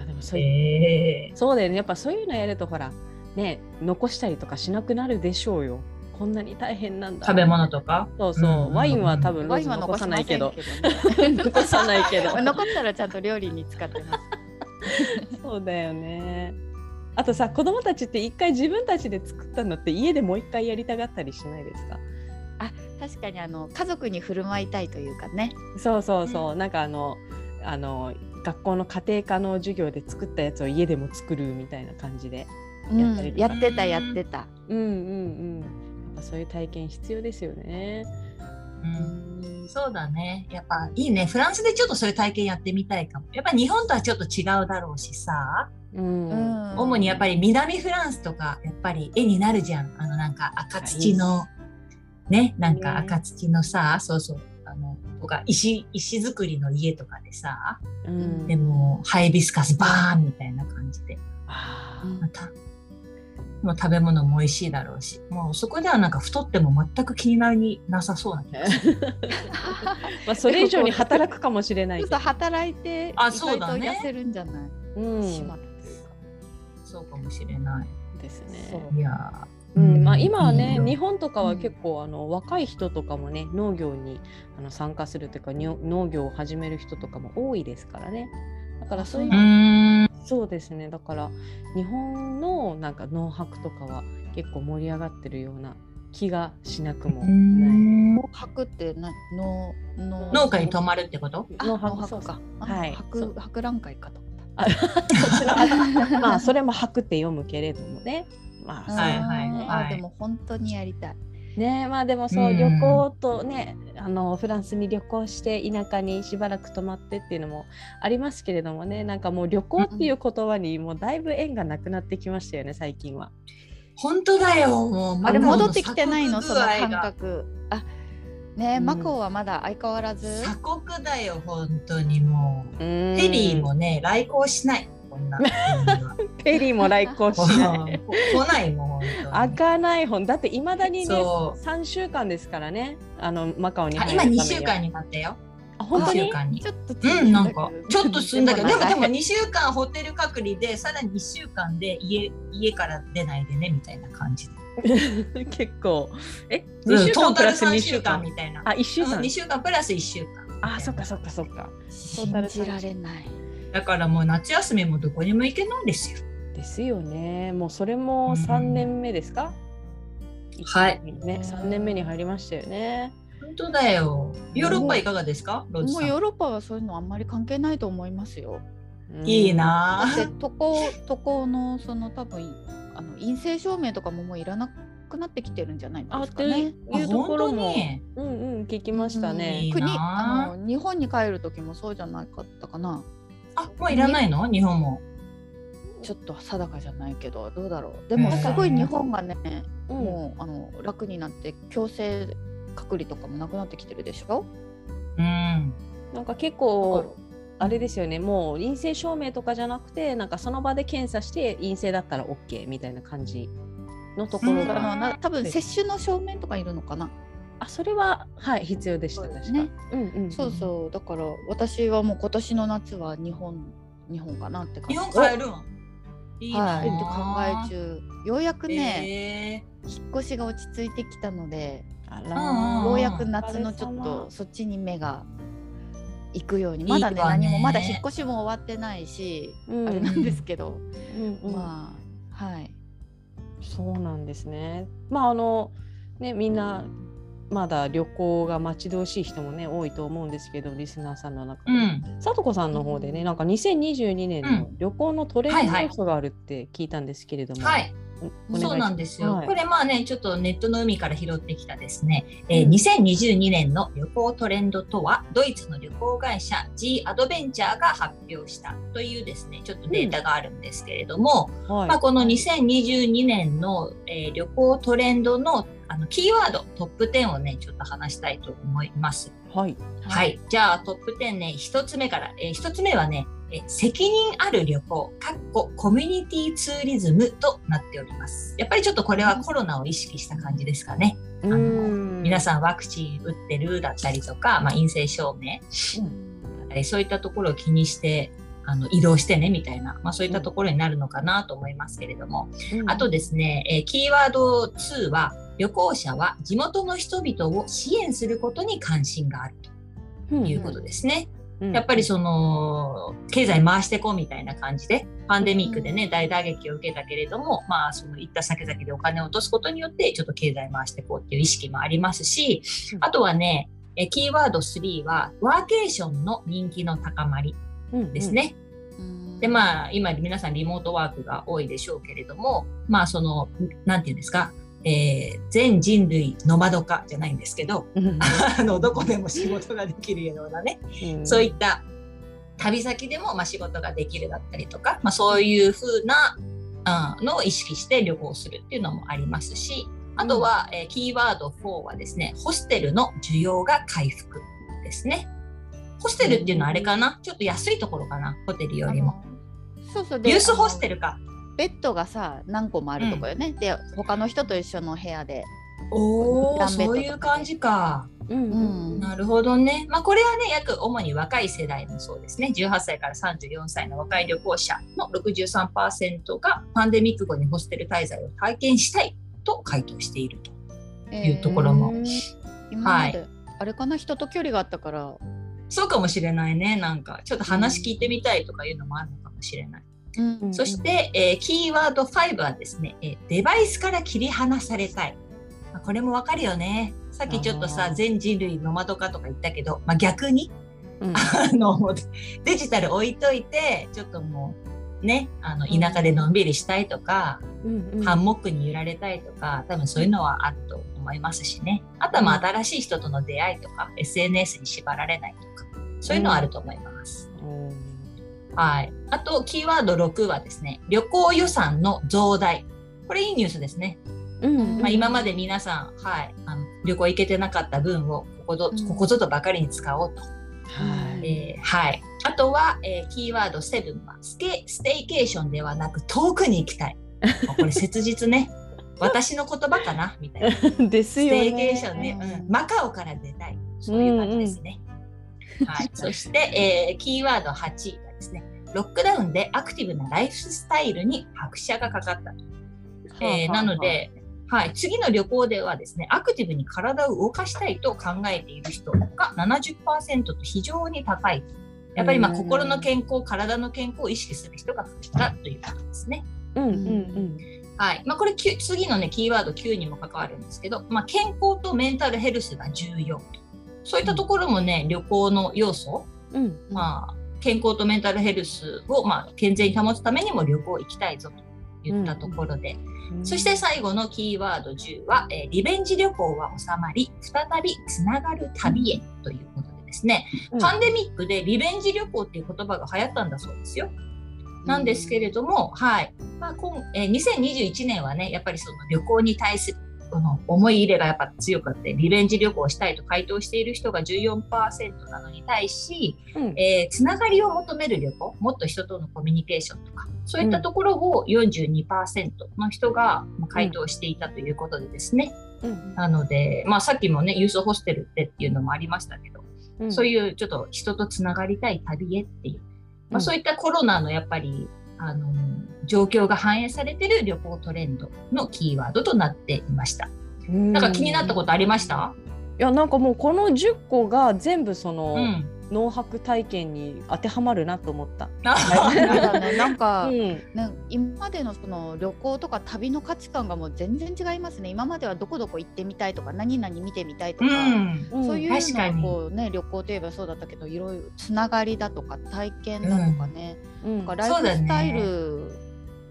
Speaker 1: あでもそういう
Speaker 3: えー
Speaker 1: そうだよねやっぱそういうのやるとほらね残したりとかしなくなるでしょうよこんなに大変なんだ
Speaker 3: 食べ物とか。
Speaker 1: そうそう、
Speaker 3: うん
Speaker 1: ワインは多分ロ
Speaker 2: ワ
Speaker 1: ー
Speaker 2: イン
Speaker 1: ズ
Speaker 2: は
Speaker 1: 残さ
Speaker 2: 残さ
Speaker 1: な
Speaker 2: ないい
Speaker 1: け
Speaker 2: け
Speaker 1: ど
Speaker 2: ど
Speaker 1: 残さない
Speaker 3: [laughs]
Speaker 1: けど [laughs]
Speaker 2: 残ったらちゃんと料理に使ってます。
Speaker 1: そうだよねあとさ子供たちって一回自分たちで作ったのって家でもう一回やりたがったりしないですか
Speaker 2: 確かにあの家族に振る舞いたいというかね。
Speaker 1: そうそうそう、なんかあのあの学校の家庭科の授業で作ったやつを家でも作るみたいな感じでやったりとか
Speaker 2: やってたやってた。
Speaker 1: うんうんうんやっぱそういう体験必要ですよね
Speaker 3: うんそうだね。やっぱいいね。フランスでちょっとそういう体験やってみたいかも。やっぱ日本とはちょっと違うだろうしさ。
Speaker 1: うん、
Speaker 3: 主にやっぱり南フランスとか、やっぱり絵になるじゃん。あのなんか赤土の、ね、なんか赤土のさ、そうそう。あの、とか石、石造りの家とかでさ、
Speaker 1: うん
Speaker 3: でもハイビスカスバーンみたいな感じで。
Speaker 1: あ
Speaker 2: う
Speaker 1: ー
Speaker 2: ん
Speaker 3: また、もう食べ物も美味しいだろうし、もうそこではなんか太っても全く気になりなさそうな気がする。
Speaker 1: [laughs] まあそれ以上に働くかもしれない
Speaker 2: [laughs] ちょ
Speaker 1: け
Speaker 2: っと
Speaker 1: ど、
Speaker 2: 働いて意
Speaker 3: あ
Speaker 2: 外と
Speaker 3: そうだね
Speaker 2: 痩せるんじゃない。
Speaker 1: うん、
Speaker 2: 締まるというか
Speaker 3: そうかもしれない。
Speaker 1: です
Speaker 2: そう
Speaker 1: ね。
Speaker 3: いやー
Speaker 1: うんまあ、今はね、
Speaker 3: うん
Speaker 1: 日本とかは結構、あの若い人とかもね農業にあの参加するというかにょ農業を始める人とかも多いですからねだからそういううん
Speaker 3: うーん
Speaker 1: そうですねだから日本のなんか農泊とかは結構盛り上がってるような気がしなくもない。
Speaker 2: こう白ってなのの
Speaker 3: 農家に泊まるってこと
Speaker 2: あ
Speaker 1: 農
Speaker 2: 農
Speaker 1: 泊
Speaker 2: 泊
Speaker 1: そう [laughs] そう
Speaker 2: か。あ
Speaker 1: はいそ
Speaker 2: 白
Speaker 1: う
Speaker 2: 博覧会かと思った。
Speaker 1: まあそれも白って読むけれどもね。まあ、
Speaker 3: はいはい
Speaker 2: うん
Speaker 3: はい
Speaker 2: あでも本当にやりたい。
Speaker 1: ねまあでもそう、
Speaker 3: うん
Speaker 1: 旅行とねあのフランスに旅行して田舎にしばらく泊まってっていうのもありますけれどもねなんかもう旅行っていう言葉にもうだいぶ縁がなくなってきましたよね最近は。
Speaker 3: 本当だよ。もう
Speaker 2: あれ
Speaker 3: マカオ
Speaker 2: 戻ってきてないのその
Speaker 3: 鎖国具合
Speaker 2: 感
Speaker 3: が
Speaker 2: 覚あねえ、
Speaker 1: うん
Speaker 2: マコウはまだ相変わらず
Speaker 3: 鎖国だよ本当にもう。
Speaker 1: ペ
Speaker 3: ペリーもね来航しない。こ
Speaker 1: [laughs]
Speaker 3: んな国は
Speaker 1: ペリーも来航しない
Speaker 3: [laughs] 来ないもん本
Speaker 1: 開
Speaker 3: 当に。
Speaker 1: かない本だっていまだにね
Speaker 3: そう
Speaker 1: 3週間ですからねあのマカオに
Speaker 3: あ
Speaker 1: 入る
Speaker 3: 今
Speaker 1: ため
Speaker 3: 2
Speaker 1: には
Speaker 3: 週間になったよ。
Speaker 1: あ本当
Speaker 3: 二
Speaker 1: に
Speaker 3: 週間に
Speaker 2: ちょっと
Speaker 3: うん、なんか、ちょっと進んだけど、でも、でも、
Speaker 2: ね
Speaker 3: 2週間ホテル隔離で、さらに1週間で家、家から出ないでね、みたいな感じで。
Speaker 1: [laughs] 結構え
Speaker 3: う
Speaker 1: 二
Speaker 3: ん
Speaker 1: 週
Speaker 3: トー
Speaker 1: 間プ
Speaker 3: タル
Speaker 1: ラス
Speaker 3: 3
Speaker 1: 2
Speaker 3: 週
Speaker 1: 週
Speaker 3: 間
Speaker 1: 間
Speaker 3: みたいな。
Speaker 1: あ一週
Speaker 3: うん
Speaker 1: 間
Speaker 3: 2週間プラス1週間。
Speaker 1: あそっかそっかそっかトータ
Speaker 2: 信
Speaker 1: ル
Speaker 2: じられない
Speaker 3: だからもう夏休みもどこにも行けないんですよ。
Speaker 1: ですよねもうそれも
Speaker 3: うん
Speaker 1: 3年目ですか、
Speaker 3: はい
Speaker 1: ね3年目に入りましたよね
Speaker 3: 本当だよ。ヨーロッパいかがですかロッジ
Speaker 2: も
Speaker 3: さ。
Speaker 2: うんヨーロッパはそういうのあんまり関係ないと思いますよ
Speaker 1: うん
Speaker 3: いいな
Speaker 2: で渡航渡航のその多分あの陰性証明とかももういらなくなってきてるんじゃない
Speaker 1: あ
Speaker 2: で
Speaker 1: っ
Speaker 2: す
Speaker 1: て
Speaker 2: かね。
Speaker 1: いうところ
Speaker 3: あ
Speaker 1: も
Speaker 3: 本当に
Speaker 1: うんうん聞きました
Speaker 3: い
Speaker 1: ね
Speaker 3: いな
Speaker 2: 国あの日本に帰る時もそうじゃなかったかな。
Speaker 3: あ、もういらないの日本も。
Speaker 2: ちょっと定かじゃないけどどうだろう。でも
Speaker 3: うん
Speaker 2: すごい日本がね、
Speaker 1: うん
Speaker 2: もうあの楽になって強制隔離とかもなくなってきてるでしょ。
Speaker 3: うん。
Speaker 1: なんか結構あれですよねもう陰性証明とかじゃなくてなんかその場で検査して陰性だったら OK みたいな感じのところ
Speaker 2: だから
Speaker 1: が、
Speaker 2: なな多分接種の証明とかいるのかな。
Speaker 1: あそれははい必要でした
Speaker 2: そう
Speaker 1: 確か
Speaker 2: ですね
Speaker 1: うんうんうん
Speaker 2: そうそうだから私はもう今年の夏は日本日本かなって感じ。
Speaker 3: 日本帰るんいいな
Speaker 2: はい、考え中ようやくね、
Speaker 3: ね。
Speaker 2: 引っ越しが落ち着いてきたので
Speaker 1: あ
Speaker 3: うん
Speaker 1: ら
Speaker 2: ようやく夏のちょっとそっちに目が行くようにまだね
Speaker 3: いいわね
Speaker 2: 何もまだ引っ越しも終わってないし、
Speaker 1: うん
Speaker 2: あれなんですけど、
Speaker 1: うんうん
Speaker 2: まあはい
Speaker 1: そうなんですね。まああのねみんなまだ旅行が待ち遠しい人もね多いと思うんですけどリスナーさんの中で、
Speaker 3: うん。
Speaker 1: さとこさんの方でねなんか2022年の旅行のトレンド要素があるって聞いたんですけれども、
Speaker 3: はい。
Speaker 1: おお願いし
Speaker 3: そうなんですよ、
Speaker 1: はい
Speaker 3: これまあねちょっとネットの海から拾ってきたですね、えー
Speaker 1: うん
Speaker 3: 2022年の旅行トレンドとはドイツの旅行会社 G アドベンチャーが発表したというですねちょっとデータがあるんですけれども、
Speaker 1: はい
Speaker 3: まあ、この2022年の、えー旅行トレンドのあのキーワードトップ10をねちょっと話したいと思います。
Speaker 1: はい
Speaker 3: はい、じゃあトップ10ね1つ目から、え1つ目はねえ責任ある旅行かっこコミュニティツーリズムとなっておりますやっぱりちょっとこれはコロナを意識した感じですかね、
Speaker 1: う
Speaker 3: の
Speaker 1: ん
Speaker 3: 皆さんワクチン打ってるだったりとか、まあ、陰性証明
Speaker 2: うん
Speaker 3: えそういったところを気にしてあの移動してねみたいな、まあ、そういったところになるのかなと思いますけれども、
Speaker 1: うん
Speaker 3: あとですね、えーキーワード2は旅行者は地元の人々を支援することに関心があるということですね。やっぱりその経済回してこうみたいな感じでパンデミックでね大打撃を受けたけれどもまあその行った先々でお金を落とすことによってちょっと経済回してこうっていう意識もありますし
Speaker 1: うん
Speaker 3: あとはねえキーワード3はワーケーションの人気の高まりですね。で
Speaker 2: あ
Speaker 3: まあ今皆さんリモートワークが多いでしょうけれどもまあそのなんていうんですか、えー全人類ノマド化じゃないんですけど [laughs]
Speaker 1: うんうん
Speaker 3: あのどこでも仕事ができるようなね
Speaker 1: うん
Speaker 3: そういった旅先でもまあ仕事ができるだったりとか、まあ、そういうふうな、うん、のを意識して旅行するっていうのもありますしあとは、えーキーワード4はですねホステルの需要が回復ですね。ホステルっていうのはあれかな、ちょっと安いところかなホテルよりも。
Speaker 2: のそうそうで
Speaker 3: ユースホステル
Speaker 2: あ
Speaker 3: か。
Speaker 2: のベッドがさ何個もあるとこよね、で他の人と一緒の部屋で
Speaker 3: お
Speaker 2: ダ
Speaker 3: ー
Speaker 2: ンベルとか
Speaker 3: そう
Speaker 2: ね
Speaker 3: いう感じか。
Speaker 1: うんうん
Speaker 2: うん
Speaker 3: なるほどね。まあ、これはね、約主に若い世代もそうですね。18歳から34歳の若い旅行者の63%がパンデミック後にホステル滞在を体験したいと回答していると。いうところも
Speaker 2: 今まで、あれかな人と距離があったから、
Speaker 3: そうかもしれないね。なんか、ちょっと話聞いてみたいとかいうのもあるのかもしれない。
Speaker 2: うん
Speaker 1: うん
Speaker 3: そして、えーキーワード5はですね、えーデバイスから切り離されたい。まあこれもわかるよね。さっきちょっと
Speaker 1: あ
Speaker 3: さ、
Speaker 1: ー
Speaker 3: 全人類ノマド化とか言ったけど、まあ、逆に、
Speaker 1: うん
Speaker 3: あの、もうデジタル置いといて、ちょっともう、ね、あの、田舎でのんびりしたいとか、
Speaker 1: うんうん
Speaker 3: ハンモックに揺られたいとか、多分そういうのはあると思いますしね。あとは、まあ、新しい人との出会いとか、SNS に縛られないとか、そういうのはあると思います。
Speaker 1: うん
Speaker 3: はい。あと、キーワード6はですね、旅行予算の増大。これいいニュースですね。
Speaker 1: うん
Speaker 3: まあ、今まで皆さん、はい、あの旅行行けてなかった分をここぞ
Speaker 2: うん
Speaker 3: ここぞとばかりに使おうと。
Speaker 1: はい
Speaker 3: えーはい、あとは、えーキーワード7はスケステイケーションではなく遠くに行きたい。もうこれ切実ね。私の言葉かなみたいな。ス
Speaker 1: ですよ
Speaker 3: テ
Speaker 1: ね
Speaker 3: イケーションね、うん、マカオから出たい。そういう感じですね。
Speaker 1: [laughs]
Speaker 3: はい、そして、えーキーワード8がですね、ロックダウンでアクティブなライフスタイルに拍車がかかった。えーなの、で、はい、次の旅行ではですねアクティブに体を動かしたいと考えている人が70%と非常に高い。やっぱりまあ
Speaker 1: うん
Speaker 3: 心の健康、体の健康を意識する人が増えたということですね。
Speaker 1: うんうんうん
Speaker 3: はいまあ、これきゅ次の、ね、キーワード9にも関わるんですけど、まあ、健康とメンタルヘルスが重要とそういったところもね、旅行の要素、
Speaker 1: うん
Speaker 3: まあ、健康とメンタルヘルスをまあ健全に保つためにも旅行行きたいぞといったところで、
Speaker 1: うん
Speaker 3: そして最後のキーワード10は、えーリベンジ旅行は収まり、再びつながる旅へということでですね、
Speaker 1: うん
Speaker 3: パンデミックでリベンジ旅行っていう言葉が流行ったんだそうですよ。なんですけれども、はい。まあ、今、えー2021年はね、やっぱりその旅行に対するこの思い入れがやっぱ強くあって、リベンジ旅行をしたいと回答している人が14%なのに対し、
Speaker 1: うん
Speaker 3: えーつながりを求める旅行もっと人とのコミュニケーションとかそういったところを42%の人がまあ回答していたということでですね、
Speaker 1: うん
Speaker 3: なので、まあ、さっきもねユースホステルってっていうのもありましたけど、
Speaker 1: うん
Speaker 3: そういうちょっと人とつながりたい旅へっていう、
Speaker 1: う
Speaker 3: まあ、
Speaker 1: ん
Speaker 3: そういったコロナのやっぱりあの状況が反映されてる旅行トレンドのキーワードとなっていました。
Speaker 1: うん
Speaker 3: なんか気になったことありました？
Speaker 1: いやなんかもうこの10個が全部そう [laughs] の、
Speaker 3: ん。
Speaker 1: 農泊体験に当てはまるなと思った。
Speaker 2: そうだねなん
Speaker 3: [laughs]
Speaker 2: か、
Speaker 1: うん
Speaker 2: ね、今までのその旅行とか旅の価値観がもう全然違いますね今まではどこどこ行ってみたいとか何々見てみたいと
Speaker 3: う
Speaker 2: か、
Speaker 3: ん。
Speaker 2: そういう
Speaker 3: 確かに
Speaker 2: のこう、ね、旅行といえばそうだったけどいろいろつながりだとか体験だとかね、
Speaker 1: うん
Speaker 2: なんかライフスタイル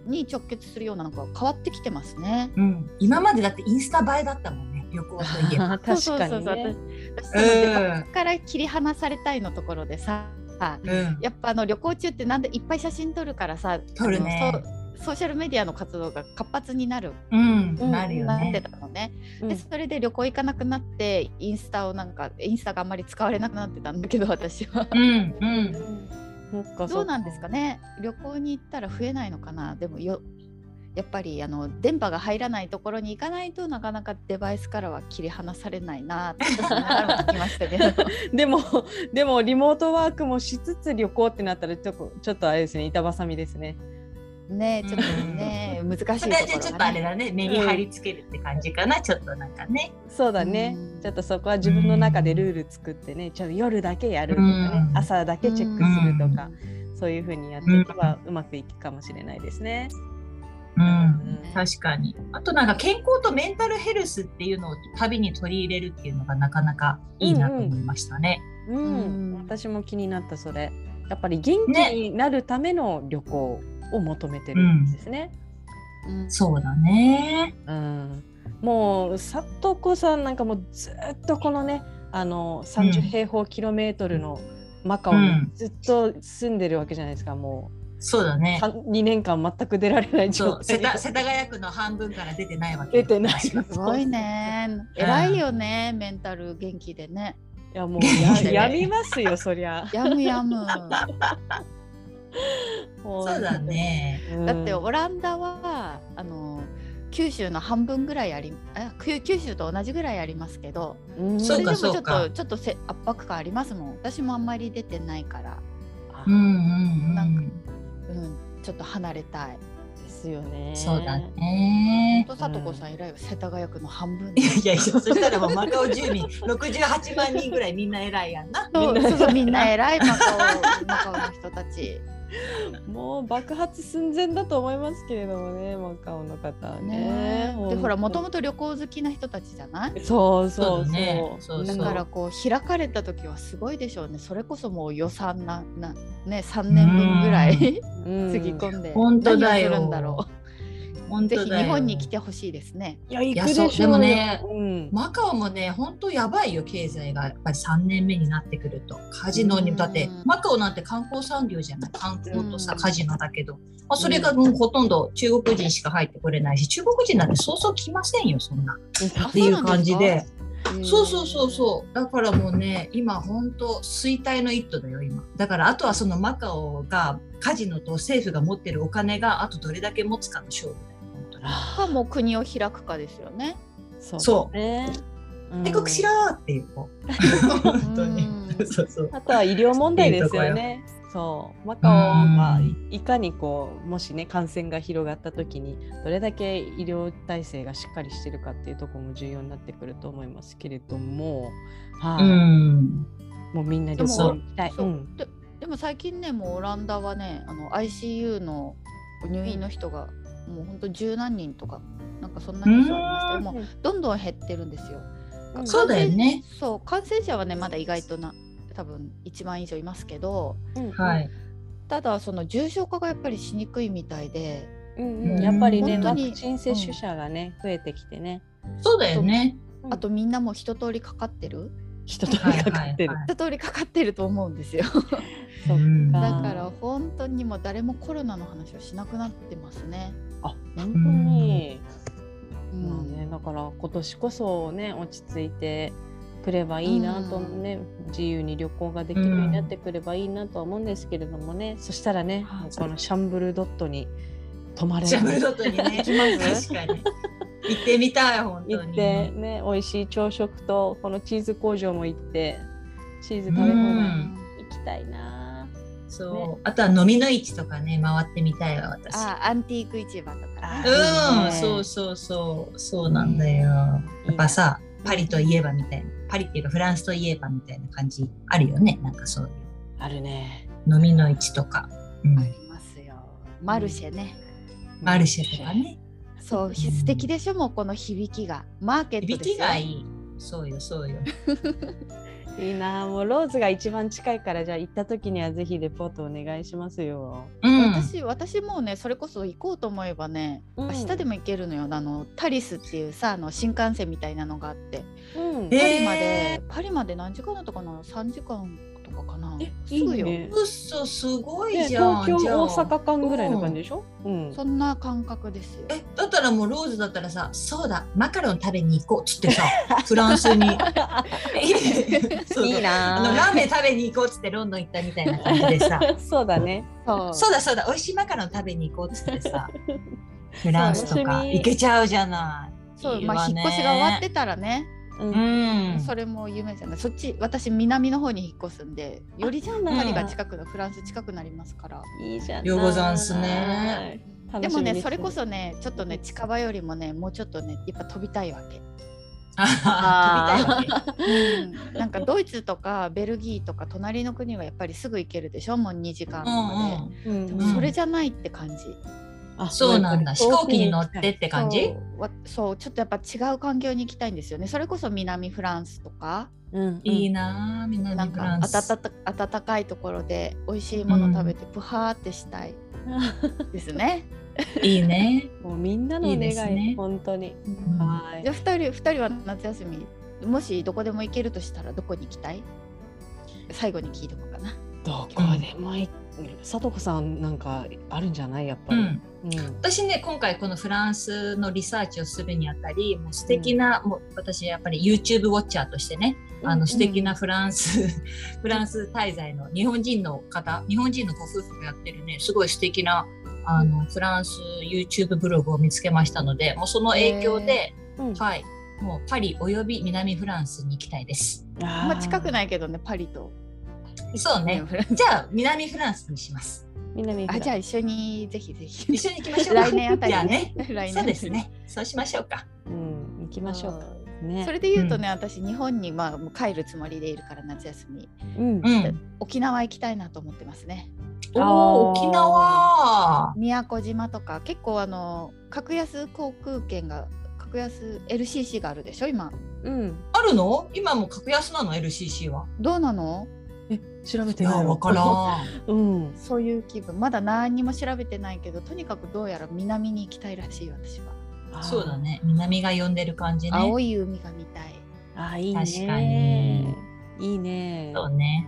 Speaker 2: に直結するようななんか変わってきてますね。
Speaker 3: うん、今までだってインスタ映えだったもんね旅行とい
Speaker 1: [laughs]
Speaker 3: えば。
Speaker 1: あー確かにね。
Speaker 2: 私私その
Speaker 3: う
Speaker 2: そこから切り離されたいのところでさ
Speaker 3: ん、うん、
Speaker 2: やっぱあの旅行中ってなんでいっぱい写真撮るからさ
Speaker 3: 撮るね
Speaker 2: あのそうソーシャルメディアの活動が活発になる
Speaker 3: うん、
Speaker 1: うん
Speaker 3: なるよ
Speaker 2: なって
Speaker 3: ね。
Speaker 2: たのね、
Speaker 1: うん
Speaker 2: でそれで旅行行かなくなってインスタをなんかインスタがあんまり使われなくなってたんだけど私
Speaker 3: [laughs]
Speaker 2: は
Speaker 3: うん、うん、
Speaker 1: そっか
Speaker 2: どうなんですか
Speaker 1: ね。
Speaker 2: ね旅行に行ったら増えないのかなでもよやっぱりあの電波が入らないところに行かないとなかなかデバイスからは切り離されないなって思いながらも聞きましたけど
Speaker 1: でもでもリモートワークもしつつ旅行ってなったらちょっとちょっとあれですね板挟みですね。
Speaker 2: ねえちょっとね難しいところ
Speaker 3: それはじゃあちょっと
Speaker 2: が
Speaker 3: あ
Speaker 2: ね
Speaker 3: れだね、目に貼り付けるって感じかな、ちょっとなんかね。
Speaker 1: そうだね
Speaker 2: うん。
Speaker 1: ちょっとそこは自分の中でルール作ってね、ちょっと夜だけやるとかね
Speaker 3: う、ん
Speaker 1: 朝だけチェックするとか、そういう風にやっていけばうまくいくかもしれないですね。
Speaker 3: うん、
Speaker 1: うん
Speaker 3: 確かに。あとなんか健康とメンタルヘルスっていうのを旅に取り入れるっていうのがなかなかいいなと思いましたね。
Speaker 1: うん、
Speaker 2: うん
Speaker 1: 私も気になったそれ。やっぱり元気になるための旅行を求めてるんですね。
Speaker 2: うん
Speaker 3: そうだね。
Speaker 1: うん、もう佐藤子さんなんかもうずっとこのねあの30平方キロメートルのマカオに
Speaker 3: うん
Speaker 1: ずっと住んでるわけじゃないですか、も
Speaker 3: そうだ
Speaker 1: う
Speaker 3: ね。
Speaker 1: 2年間全く出られない
Speaker 3: そ
Speaker 1: 状
Speaker 3: う、
Speaker 1: 態
Speaker 3: 世
Speaker 1: で
Speaker 3: 田世田谷区の半分から出てないわけ。
Speaker 1: 出てない
Speaker 3: す
Speaker 2: すごいね。偉いよね、メンタル元気でね。
Speaker 1: いやも
Speaker 3: [laughs]
Speaker 1: う
Speaker 2: ね
Speaker 1: ややみますよそりゃ。
Speaker 2: やむやむ。
Speaker 1: そ
Speaker 3: そうだ、ね。
Speaker 2: [laughs]
Speaker 1: うん
Speaker 2: だってオランダはあの九州の半分ぐらいあり、あ九九州と同じぐらいありますけど、
Speaker 1: うん
Speaker 3: そう
Speaker 2: れで
Speaker 3: か
Speaker 2: もちょ
Speaker 3: そう
Speaker 2: っ
Speaker 3: か
Speaker 2: とちょっとせ圧迫感ありますもん。私もあんまり出てないから、
Speaker 1: あ
Speaker 3: うん、うん、うん。
Speaker 2: なんかうん、ちょっと離れたい。
Speaker 1: ですよね。
Speaker 3: そうだね。
Speaker 2: 本当佐藤子さん偉いよ。世田谷区の半分。
Speaker 3: いやいや、そしたらもうマカオ住民68万人ぐらいみんな偉いやんな。
Speaker 2: そうそうそうみんな偉いマカオマカオの人たち。
Speaker 1: もう爆発寸前だと思いますけれどもねマカオの方はね
Speaker 2: ね。でほらもとも
Speaker 1: と
Speaker 2: と旅行好きな人たちじゃない。
Speaker 1: そうそうそう
Speaker 3: そうだねそうそ
Speaker 2: だ
Speaker 3: う
Speaker 2: からこう開かれた時はすごいでしょうねそれこそもう予算なな、ね、3年分ぐらい
Speaker 1: うん
Speaker 2: [laughs] つぎ込んで
Speaker 3: 本当だよ
Speaker 2: 何をするんだろう
Speaker 3: 本
Speaker 2: ぜ
Speaker 3: 当
Speaker 2: ひ
Speaker 3: だよ
Speaker 2: 日本に来てほしいですね。
Speaker 1: いや行
Speaker 3: や
Speaker 1: くでしょ
Speaker 3: そうでもね
Speaker 1: うん、
Speaker 3: マカオもね、本当やばいよ、経済が。やっぱり3年目になってくると。カジノ
Speaker 2: う
Speaker 3: に、
Speaker 2: ん
Speaker 3: だって、マカオなんて観光産業じゃない。観光とさ、
Speaker 2: うん
Speaker 3: カジノだけど。まあ、それがもうほとんど中国人しか入ってこれないし、中国人なんてそうそう来ませんよ、そんな。っていう感じで。そうそうそうそう。だからもうね、今本当衰退の一途だよ、今。だからあとはそのマカオが、カジノと政府が持ってるお金があとどれだけ持つかの勝負だよ、本当に。
Speaker 2: かもう国を開くかですよね。
Speaker 1: そう
Speaker 3: そ
Speaker 1: ね、うん
Speaker 3: う。帝国しろーっていう、
Speaker 2: [laughs]
Speaker 3: こう本当に。
Speaker 2: うん
Speaker 3: [laughs] そうそう。
Speaker 1: あとは医療問題ですよね。そうマカオがいいかにこうもしね感染が広がった時にどれだけ医療体制がしっかりしてるかっていうところも重要になってくると思いますけれども、はい、
Speaker 3: うん。
Speaker 1: もうみんな旅行行きたい。
Speaker 2: そう
Speaker 1: うん
Speaker 2: ででも最近ねもうオランダはねあの ICU の入院の人がもうほんと十何人とかなんかそんなニュースありましたよもうどんどん減ってるんですよ。
Speaker 1: うん
Speaker 3: そうだよ
Speaker 2: 感
Speaker 3: ね
Speaker 2: 染そう感染者はねまだ意外とな多分1万以上いますけど
Speaker 1: うん
Speaker 3: はい。
Speaker 2: ただその重症化がやっぱりしにくいみたいで
Speaker 1: うんうんやっぱりね
Speaker 2: うん
Speaker 1: ワ
Speaker 2: 本当に
Speaker 1: クチン接種者がね増えてきてね
Speaker 3: そうだよね。
Speaker 2: あとみんなもう一通りかかってる
Speaker 1: 人とにかかってる
Speaker 3: はい。
Speaker 2: 一通りかかってると思うんですよ。
Speaker 1: そっ
Speaker 3: うん
Speaker 1: か
Speaker 2: だから本当にもう誰もコロナの話をしなくなってますね。
Speaker 1: あ本当に。
Speaker 2: う
Speaker 1: まあね、だから今年こそね落ち着いてくればいいなと
Speaker 2: うん
Speaker 1: ね、自由に旅行ができるようになってくればいいなとは思うんですけれどもね、そしたらね
Speaker 2: はい
Speaker 1: このシャンブルドットに泊まれ
Speaker 3: ジャ
Speaker 1: る
Speaker 3: ムルドットにね。
Speaker 2: ます
Speaker 3: 確かに。行ってみたい、本当
Speaker 1: 行っ
Speaker 3: に。
Speaker 1: てね美味しい朝食とこのチーズ工場も行ってチーズ食べ放題
Speaker 3: う
Speaker 1: 行
Speaker 3: ん
Speaker 1: きたいな、
Speaker 3: そう。あとは飲みの市とかね、回ってみたいわ、私。
Speaker 2: あアンティーク市場とかね、
Speaker 1: あ
Speaker 3: う
Speaker 1: いいね
Speaker 3: ん、そうそうそう、そうなんだよ。やっぱさ、パリといえばみたいな、パリっていうかフランスといえばみたいな感じあるよね。なんかそうい
Speaker 1: あるね
Speaker 3: う飲みの市とか、うん
Speaker 2: ありますよ。マルシェね。
Speaker 3: マルシェとかね。
Speaker 2: そうひ素敵でしょもうこの響きがマーケット
Speaker 3: 響
Speaker 2: ですよ
Speaker 3: きがいい。そうよ、そうよ。
Speaker 1: いいなもうローズが一番近いからじゃあ行った時にはぜひレポートお願いしますよ、
Speaker 3: うん。
Speaker 2: 私私もうねそれこそ行こうと思えばね、
Speaker 1: うん
Speaker 2: 明日でも行けるのよあのタリスっていうさあの新幹線みたいなのがあって
Speaker 1: うん
Speaker 3: え
Speaker 2: パリまで、
Speaker 3: へ
Speaker 2: パリまで何時間だったかな3時間とかかな
Speaker 1: え
Speaker 2: すぐよ
Speaker 1: いいね
Speaker 3: うっそ、すごい
Speaker 1: ね
Speaker 3: じゃん。
Speaker 1: 東京
Speaker 3: じゃあ
Speaker 1: 大阪間ぐらいの感じでしょ、うん
Speaker 2: そんな感覚ですよ
Speaker 3: えだったらもうローズだったらさ「そうだマカロン食べに行こう」っつってさ [laughs] フランスに
Speaker 1: [laughs]
Speaker 3: そう
Speaker 1: いい
Speaker 3: あの
Speaker 1: な
Speaker 3: ラーメン食べに行こうっつってロンドン行ったみたいな感じでさ
Speaker 1: ぁ [laughs] そうだね
Speaker 2: そ
Speaker 3: そうだそうだ美味しいマカロン食べに行こうっつってさフランスとか
Speaker 1: 楽しみ
Speaker 3: 行けちゃうじゃない。
Speaker 2: そう
Speaker 3: いいわね
Speaker 2: まあ引っ越しが終わってたらね、
Speaker 1: う
Speaker 3: う、ん、
Speaker 2: それも夢じゃないそっち私南の方に引っ越すんでより
Speaker 1: ゃな
Speaker 2: パリが近くなフランス近くなりますから。
Speaker 1: いいじゃない
Speaker 3: ようござんすね
Speaker 1: 楽
Speaker 2: で
Speaker 1: し
Speaker 2: も
Speaker 1: みす
Speaker 2: ね、それこそね、ちょっとね、近場よりもね、もうちょっとね、やっぱ飛びたいわけ。
Speaker 3: あー飛びたいわけ
Speaker 2: なんかドイツとかベルギーとか隣の国はやっぱりすぐ行けるでしょ、もう2時間とか
Speaker 1: う
Speaker 2: で。
Speaker 1: ん
Speaker 2: でもそれじゃないって感じ。
Speaker 1: あ
Speaker 3: そうなんだ飛行機に乗っ
Speaker 1: 飛行機
Speaker 3: てって感じ
Speaker 2: そうわそう、ちょっとやっぱ違う環境に行きたいんですよね。それこそ南フランスとか、
Speaker 1: うん
Speaker 3: いい
Speaker 1: い
Speaker 3: なぁみんな
Speaker 2: なん
Speaker 3: でフ
Speaker 2: か
Speaker 3: ランス
Speaker 2: 暖か暖かいところで美味しいもの食べて、プハーってしたいですね。
Speaker 3: いいね
Speaker 1: [laughs] もうみんなの
Speaker 3: い
Speaker 1: お
Speaker 3: い
Speaker 1: 願
Speaker 3: で
Speaker 1: い
Speaker 3: すね
Speaker 1: 本当に
Speaker 3: うん
Speaker 1: は
Speaker 2: じゃ
Speaker 1: い
Speaker 2: あ2人二人は夏休みもしどこでも行けるとしたらどこに行きたい最後に聞いとこうかな。
Speaker 1: どこでもいいさとこさんなんかあるんじゃないやっぱ
Speaker 3: う
Speaker 1: り、
Speaker 3: ん
Speaker 1: うん
Speaker 3: 私ね今回このフランスのリサーチをするにあたりもう素敵な、もう私やっぱり YouTube ウォッチャーとしてね、あの素敵なフランス、 [laughs] フランス滞在の日本人の方日本人のご夫婦がやってるねすごい素敵なあの、フランス YouTube ブログを見つけましたのでもうその影響で、
Speaker 1: うん
Speaker 3: はいもうパリおよび南フランスに行きたいです。
Speaker 2: あんま近く
Speaker 1: い
Speaker 2: ないけどねパリと。
Speaker 3: そうね。じゃあ南フランスにします。
Speaker 1: 南
Speaker 2: あじゃあ
Speaker 1: あ
Speaker 2: 一緒にぜひぜひ
Speaker 3: 一緒に行きましょうか。
Speaker 2: 来年あた
Speaker 3: じゃあ
Speaker 2: り
Speaker 3: ね
Speaker 2: ね。。 [laughs] 来年
Speaker 3: そうですね。そうしましょうか。
Speaker 1: うん行きましょうか
Speaker 2: うん
Speaker 1: ね
Speaker 2: それで言うとね、私日本にまあもう帰るつもりでいるから夏休み
Speaker 1: うん
Speaker 3: うん。
Speaker 2: 沖縄行きたいなと思ってますね。
Speaker 3: おお
Speaker 1: あー
Speaker 3: 沖縄
Speaker 2: 宮古島とか結構あの格安航空券が格安 LCC があるでしょ今。
Speaker 1: うん
Speaker 3: あるの今も格安なの LCC は
Speaker 2: どうなの？
Speaker 1: 調べて
Speaker 3: いや
Speaker 1: ない
Speaker 3: わから
Speaker 1: ん。
Speaker 3: ん
Speaker 1: [laughs] うん。
Speaker 2: そういう気分まだ何にも調べてないけどとにかくどうやら南に行きたいらしい私は、
Speaker 3: そうだ。ね南が呼んでる感じね
Speaker 2: 青い海が見たい、
Speaker 1: あー、いいね。
Speaker 3: 確かに。
Speaker 1: いいね。
Speaker 3: そうね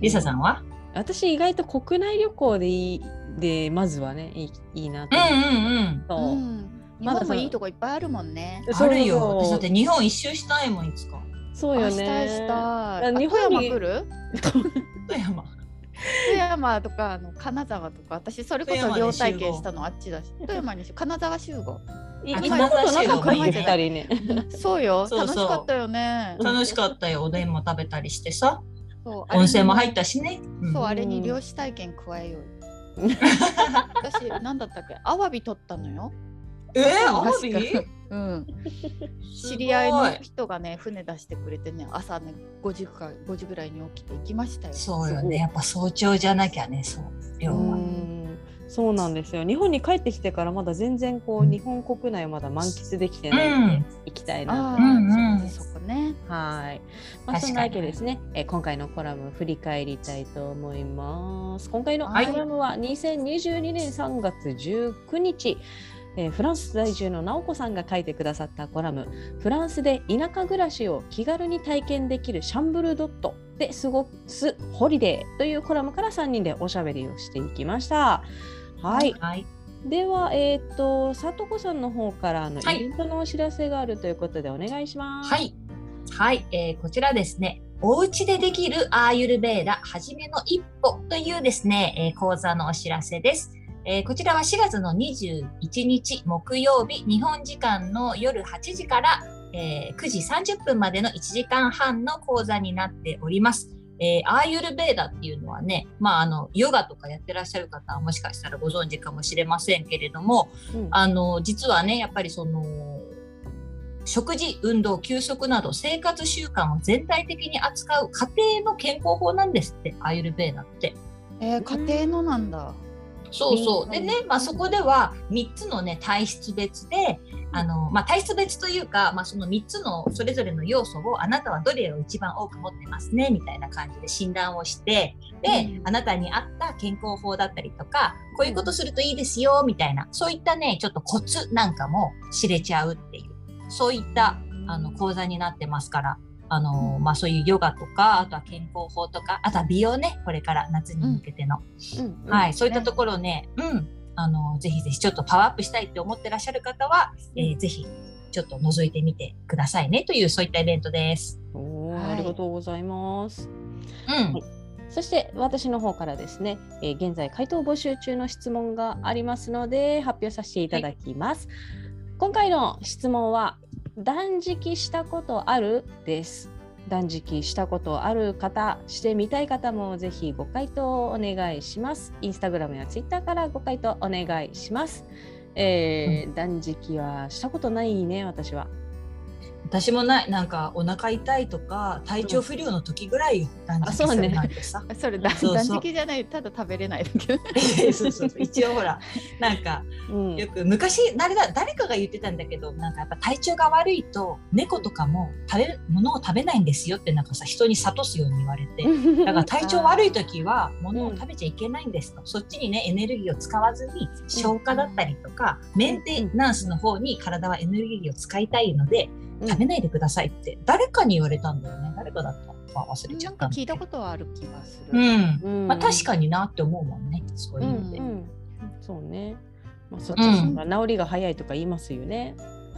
Speaker 3: リサさ
Speaker 2: ん
Speaker 3: んは
Speaker 1: 私意外と国内旅行でいいでまずはねいいいいなと
Speaker 3: うん
Speaker 1: 思う
Speaker 3: うんうん
Speaker 2: う
Speaker 1: そ
Speaker 2: ん日
Speaker 1: まだ
Speaker 2: 本
Speaker 1: そ
Speaker 2: も
Speaker 1: の
Speaker 2: いいとこいっぱいあるもんね
Speaker 1: う。
Speaker 3: あるよ私だ
Speaker 1: そ
Speaker 3: っ
Speaker 1: う
Speaker 3: て日本一周したいもんいつか
Speaker 1: そう
Speaker 2: あ
Speaker 1: よ
Speaker 2: し
Speaker 1: ね。
Speaker 2: たいした
Speaker 1: あ
Speaker 2: い。
Speaker 1: 日
Speaker 2: 富
Speaker 1: 本
Speaker 2: 山
Speaker 1: に
Speaker 2: 来る
Speaker 3: 富山
Speaker 2: 富山とかあの金沢とか私それこそ
Speaker 3: 富
Speaker 2: 両
Speaker 3: 山
Speaker 2: 体
Speaker 3: で集合
Speaker 2: 験したのあっちだし富山にし金沢集
Speaker 3: [laughs]
Speaker 2: 合
Speaker 1: い
Speaker 3: あ
Speaker 1: 行ったことなかった
Speaker 2: 金沢
Speaker 1: ね
Speaker 2: 集合
Speaker 1: 二人ね。
Speaker 2: そうよ
Speaker 3: そうそう
Speaker 2: 楽しかったよね
Speaker 3: 楽しかったよおでんも食べたりしてさ
Speaker 2: そう
Speaker 3: 温泉も入
Speaker 2: っ
Speaker 3: ったしね、うん
Speaker 2: そう
Speaker 1: うん
Speaker 2: あれに漁師体験加えようよ
Speaker 3: [laughs]
Speaker 2: 私何だったっけアワビ取ったのよ
Speaker 3: えー、アワ
Speaker 2: 確か
Speaker 3: ビ
Speaker 2: うん知り合いの人がね船出してくれてね朝ね5時か5時ぐらいに起きて行きましたよ
Speaker 3: そうよねやっぱ早朝じゃなきゃねそう
Speaker 1: う
Speaker 3: 量は、
Speaker 1: んそうなんですよ。日本に帰ってきてからまだ全然こう日本国内をまだ満喫できてないので、
Speaker 3: うん
Speaker 1: 行きたいな
Speaker 2: あ
Speaker 1: と
Speaker 2: あ、
Speaker 1: 思います。
Speaker 3: うんうん
Speaker 2: そこね
Speaker 1: はい。まあ、
Speaker 3: 確かに
Speaker 1: そんなわけですね、えー今回のコラム振り返りたいと思います。今回のコ
Speaker 2: はい
Speaker 1: ラムは2022年3月19日、えーフランス在住の直子さんが書いてくださったコラム「フランスで田舎暮らしを気軽に体験できるシャンブルドット」で過ごすホリデーというコラムから3人でおしゃべりをしていきました。はい、
Speaker 3: はい
Speaker 1: では、えっ、と、さとこさんの方からあの、
Speaker 3: はい
Speaker 1: イベントのお知らせがあるということでお願いします。
Speaker 3: はい。はい、えーこちらですね。お家でできるアーユルベーダ初めの一歩というですね、えー講座のお知らせです。えーこちらは4月の21日木曜日、日本時間の夜8時から、えー9時30分までの1時間半の講座になっております。えーアーユルベーダっていうのはね、まあ、あの、ヨガとかやってらっしゃる方はもしかしたらご存知かもしれませんけれども、
Speaker 1: うん
Speaker 3: あの実はねやっぱりその食事運動休息など生活習慣を全体的に扱う家庭の健康法なんですってアイルベーダって。
Speaker 2: えー家庭のなんだ
Speaker 3: そうそう。
Speaker 2: うん
Speaker 3: でね、まあ、そこでは3つのね、体質別で、あの、まあ、体質別というか、まあ、その3つのそれぞれの要素を、あなたはどれを一番多く持ってますね、みたいな感じで診断をして、で、
Speaker 2: うん
Speaker 3: あなたに合った健康法だったりとか、こういうことするといいですよ、みたいな、そういったね、ちょっとコツなんかも知れちゃうっていう、そういった、あの、講座になってますから、あのまあ、そういうヨガとかあとは健康法とかあとは美容ねこれから夏に向けての
Speaker 1: うんうん
Speaker 3: はい、そういったところをね、うん、あの、ぜひぜひちょっとパワーアップしたいって思ってらっしゃる方は、えーぜひちょっと覗いてみてくださいねというそういったイベントです。
Speaker 1: おー
Speaker 2: はい
Speaker 1: ありがとうございます。
Speaker 3: うん
Speaker 1: はい、そして私の方からですね、えー現在回答募集中の質問がありますので発表させていただきます。今回の質問は断食したことあるです。断食したことある方、してみたい方もぜひご回答お願いします。インスタグラムやツイッターからご回答お願いします。えー断食はしたことないね、私は。
Speaker 3: 私もない、なんかお腹痛いとか、体調不良の時ぐらい、断食
Speaker 1: あそう
Speaker 3: す
Speaker 1: ね
Speaker 3: るなんてさ。 [laughs]
Speaker 2: それだ
Speaker 3: そうそう
Speaker 2: 断食じゃないただ食べれないだけど
Speaker 3: そうそうそう一応ほら、なんか、
Speaker 1: うん
Speaker 3: よく昔、誰だ、誰かが言ってたんだけど、なんかやっぱ体調が悪いと、猫とかも食べる、物を食べないんですよってなんかさ、人に諭すように言われて、だから体調悪い時は物を食べちゃいけないんですと、そっちにねエネルギーを使わずに消化だったりとか、メンテナンスの方に体はエネルギーを使いたいので、
Speaker 1: [laughs] うん
Speaker 3: 食べないでくださいって誰かに言われたんだよね誰かだったか忘れち
Speaker 2: な
Speaker 3: ゃっ
Speaker 2: ん
Speaker 3: た
Speaker 2: か
Speaker 3: んだ
Speaker 2: 聞
Speaker 3: け
Speaker 2: いた
Speaker 3: ど
Speaker 2: ことはある気がする、
Speaker 3: うん、
Speaker 1: うん
Speaker 3: まあ、確かになって思うもんねそう
Speaker 1: う
Speaker 3: いうんのって、
Speaker 1: うん、そうね。まあ、そっちの方が治りが早いとか言いますよね。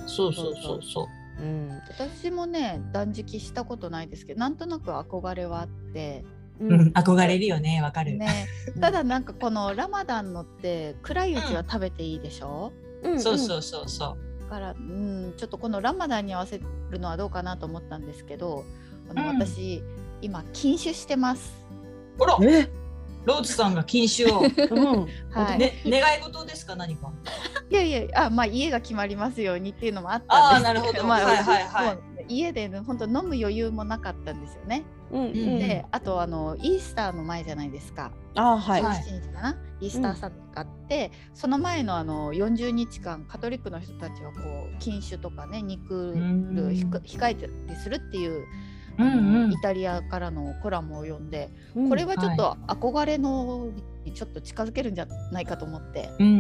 Speaker 3: そうそうそうそう
Speaker 1: うん。
Speaker 2: 私もね断食したことないですけどなんとなく憧れはあって、
Speaker 1: う
Speaker 3: うん、憧れるよねわかる、
Speaker 2: ね、ただなんかこのラマダンのって暗いうちは食べていいでしょ、
Speaker 1: うん
Speaker 3: そうそうそうそう
Speaker 2: だから、うん、ちょっとこのラマダンに合わせるのはどうかなと思ったんですけどあの、
Speaker 3: うん
Speaker 2: 私今禁酒してます。
Speaker 3: ほら
Speaker 1: うん。え、
Speaker 3: ローズさんが禁酒を、
Speaker 1: うん。
Speaker 2: はい、
Speaker 3: ね、願い事ですか何か
Speaker 2: いやいやあまあ家が決まりますようにっていうのもあった
Speaker 3: ああ
Speaker 2: んです
Speaker 3: なるほど、
Speaker 2: まあ
Speaker 3: はいはいはい
Speaker 2: もう家で本当飲む余裕もなかったんですよね。
Speaker 1: うん。うん。
Speaker 2: であとあのイースターの前じゃないですか、
Speaker 1: あ、はい。
Speaker 3: はい
Speaker 2: 17日かなイースターサンがあって、その前のあの40日間カトリックの人たちはこう禁酒とかね肉類
Speaker 3: うん
Speaker 2: ひか控えたりするっていう
Speaker 3: うんうん
Speaker 2: イタリアからのコラムを読んで、
Speaker 1: うん
Speaker 2: これはちょっと憧れのにちょっと近づけるんじゃないかと思って、
Speaker 3: うん
Speaker 1: う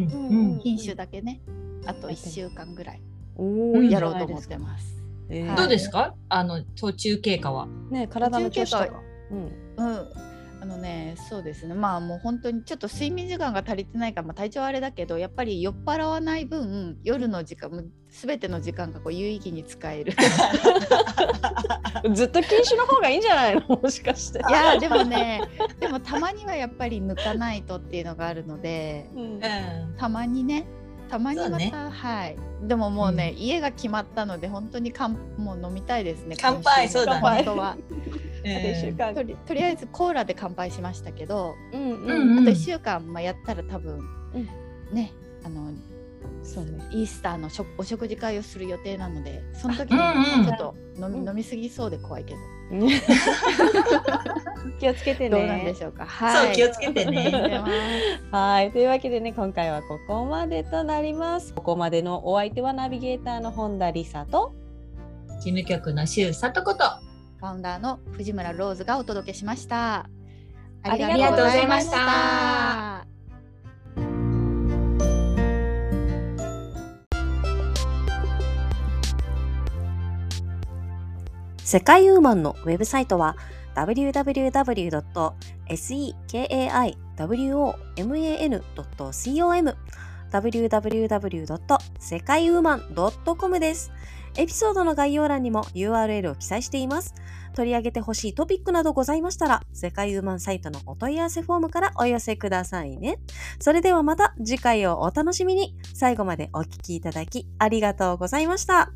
Speaker 1: ん
Speaker 2: 品種だけねあと1週間ぐらい
Speaker 1: おーいいじ
Speaker 2: や
Speaker 1: ゃ
Speaker 2: ろう
Speaker 1: な
Speaker 2: と
Speaker 1: いで
Speaker 2: 思っ
Speaker 1: すか
Speaker 2: てます。
Speaker 1: え
Speaker 2: は
Speaker 1: ー
Speaker 2: い
Speaker 3: どうですかあの途中経過 [laughs] は。
Speaker 1: ね体の調子とか。うん
Speaker 2: うんあのねそうですねまあもう本当にちょっと睡眠時間が足りてないから、まあ、体調はあれだけどやっぱり酔っ払わない分夜の時間も全ての時間がこう有意義に使える
Speaker 1: ずっと禁酒の方がいいんじゃないの [laughs] もしかして。
Speaker 2: いやでもねでもたまにはやっぱり抜かないとっていうのがあるので
Speaker 1: うん
Speaker 3: うん
Speaker 2: たまにねたまにま
Speaker 3: そ
Speaker 2: た、
Speaker 3: うね
Speaker 2: はいでももうね、家が決まったので本当にかんもう飲みたいですね
Speaker 3: 乾杯
Speaker 2: 今週の
Speaker 1: そうだね
Speaker 2: 本当は
Speaker 3: う
Speaker 2: とりとりあえずコーラで乾杯しましたけど
Speaker 1: うん
Speaker 3: う
Speaker 1: うんん
Speaker 2: あと1週間、まあ、やったら多分、
Speaker 1: うん
Speaker 2: ねあの
Speaker 1: そう [laughs] ね。
Speaker 2: イースターのしょお食事会をする予定なのでその時に
Speaker 3: うんうん
Speaker 2: ちょっと飲み,、
Speaker 1: うん
Speaker 2: 飲みすぎそうで怖いけど、
Speaker 1: 気をつけてね。
Speaker 2: どうなんでしょうかは
Speaker 3: そ
Speaker 2: い
Speaker 3: う気をつけてね。
Speaker 2: では
Speaker 1: はい、というわけでね、今回はここまでとなります。ここまでのお相手はナビゲーターの本田理沙と。
Speaker 3: [laughs] 事務局の周さとこと
Speaker 2: [laughs] ファウンダーの藤村ローズがお届けしました
Speaker 1: ありが
Speaker 3: とうございました
Speaker 2: ありがとうございました
Speaker 4: 世界ウーマンのウェブサイトは www.sekaiwoman.com www.sekaiwoman.com です。エピソードの概要欄にも URL を記載しています。取り上げてほしいトピックなどございましたら、世界ウーマンサイトのお問い合わせフォームからお寄せくださいね。それではまた次回をお楽しみに。最後までお聞きいただきありがとうございました。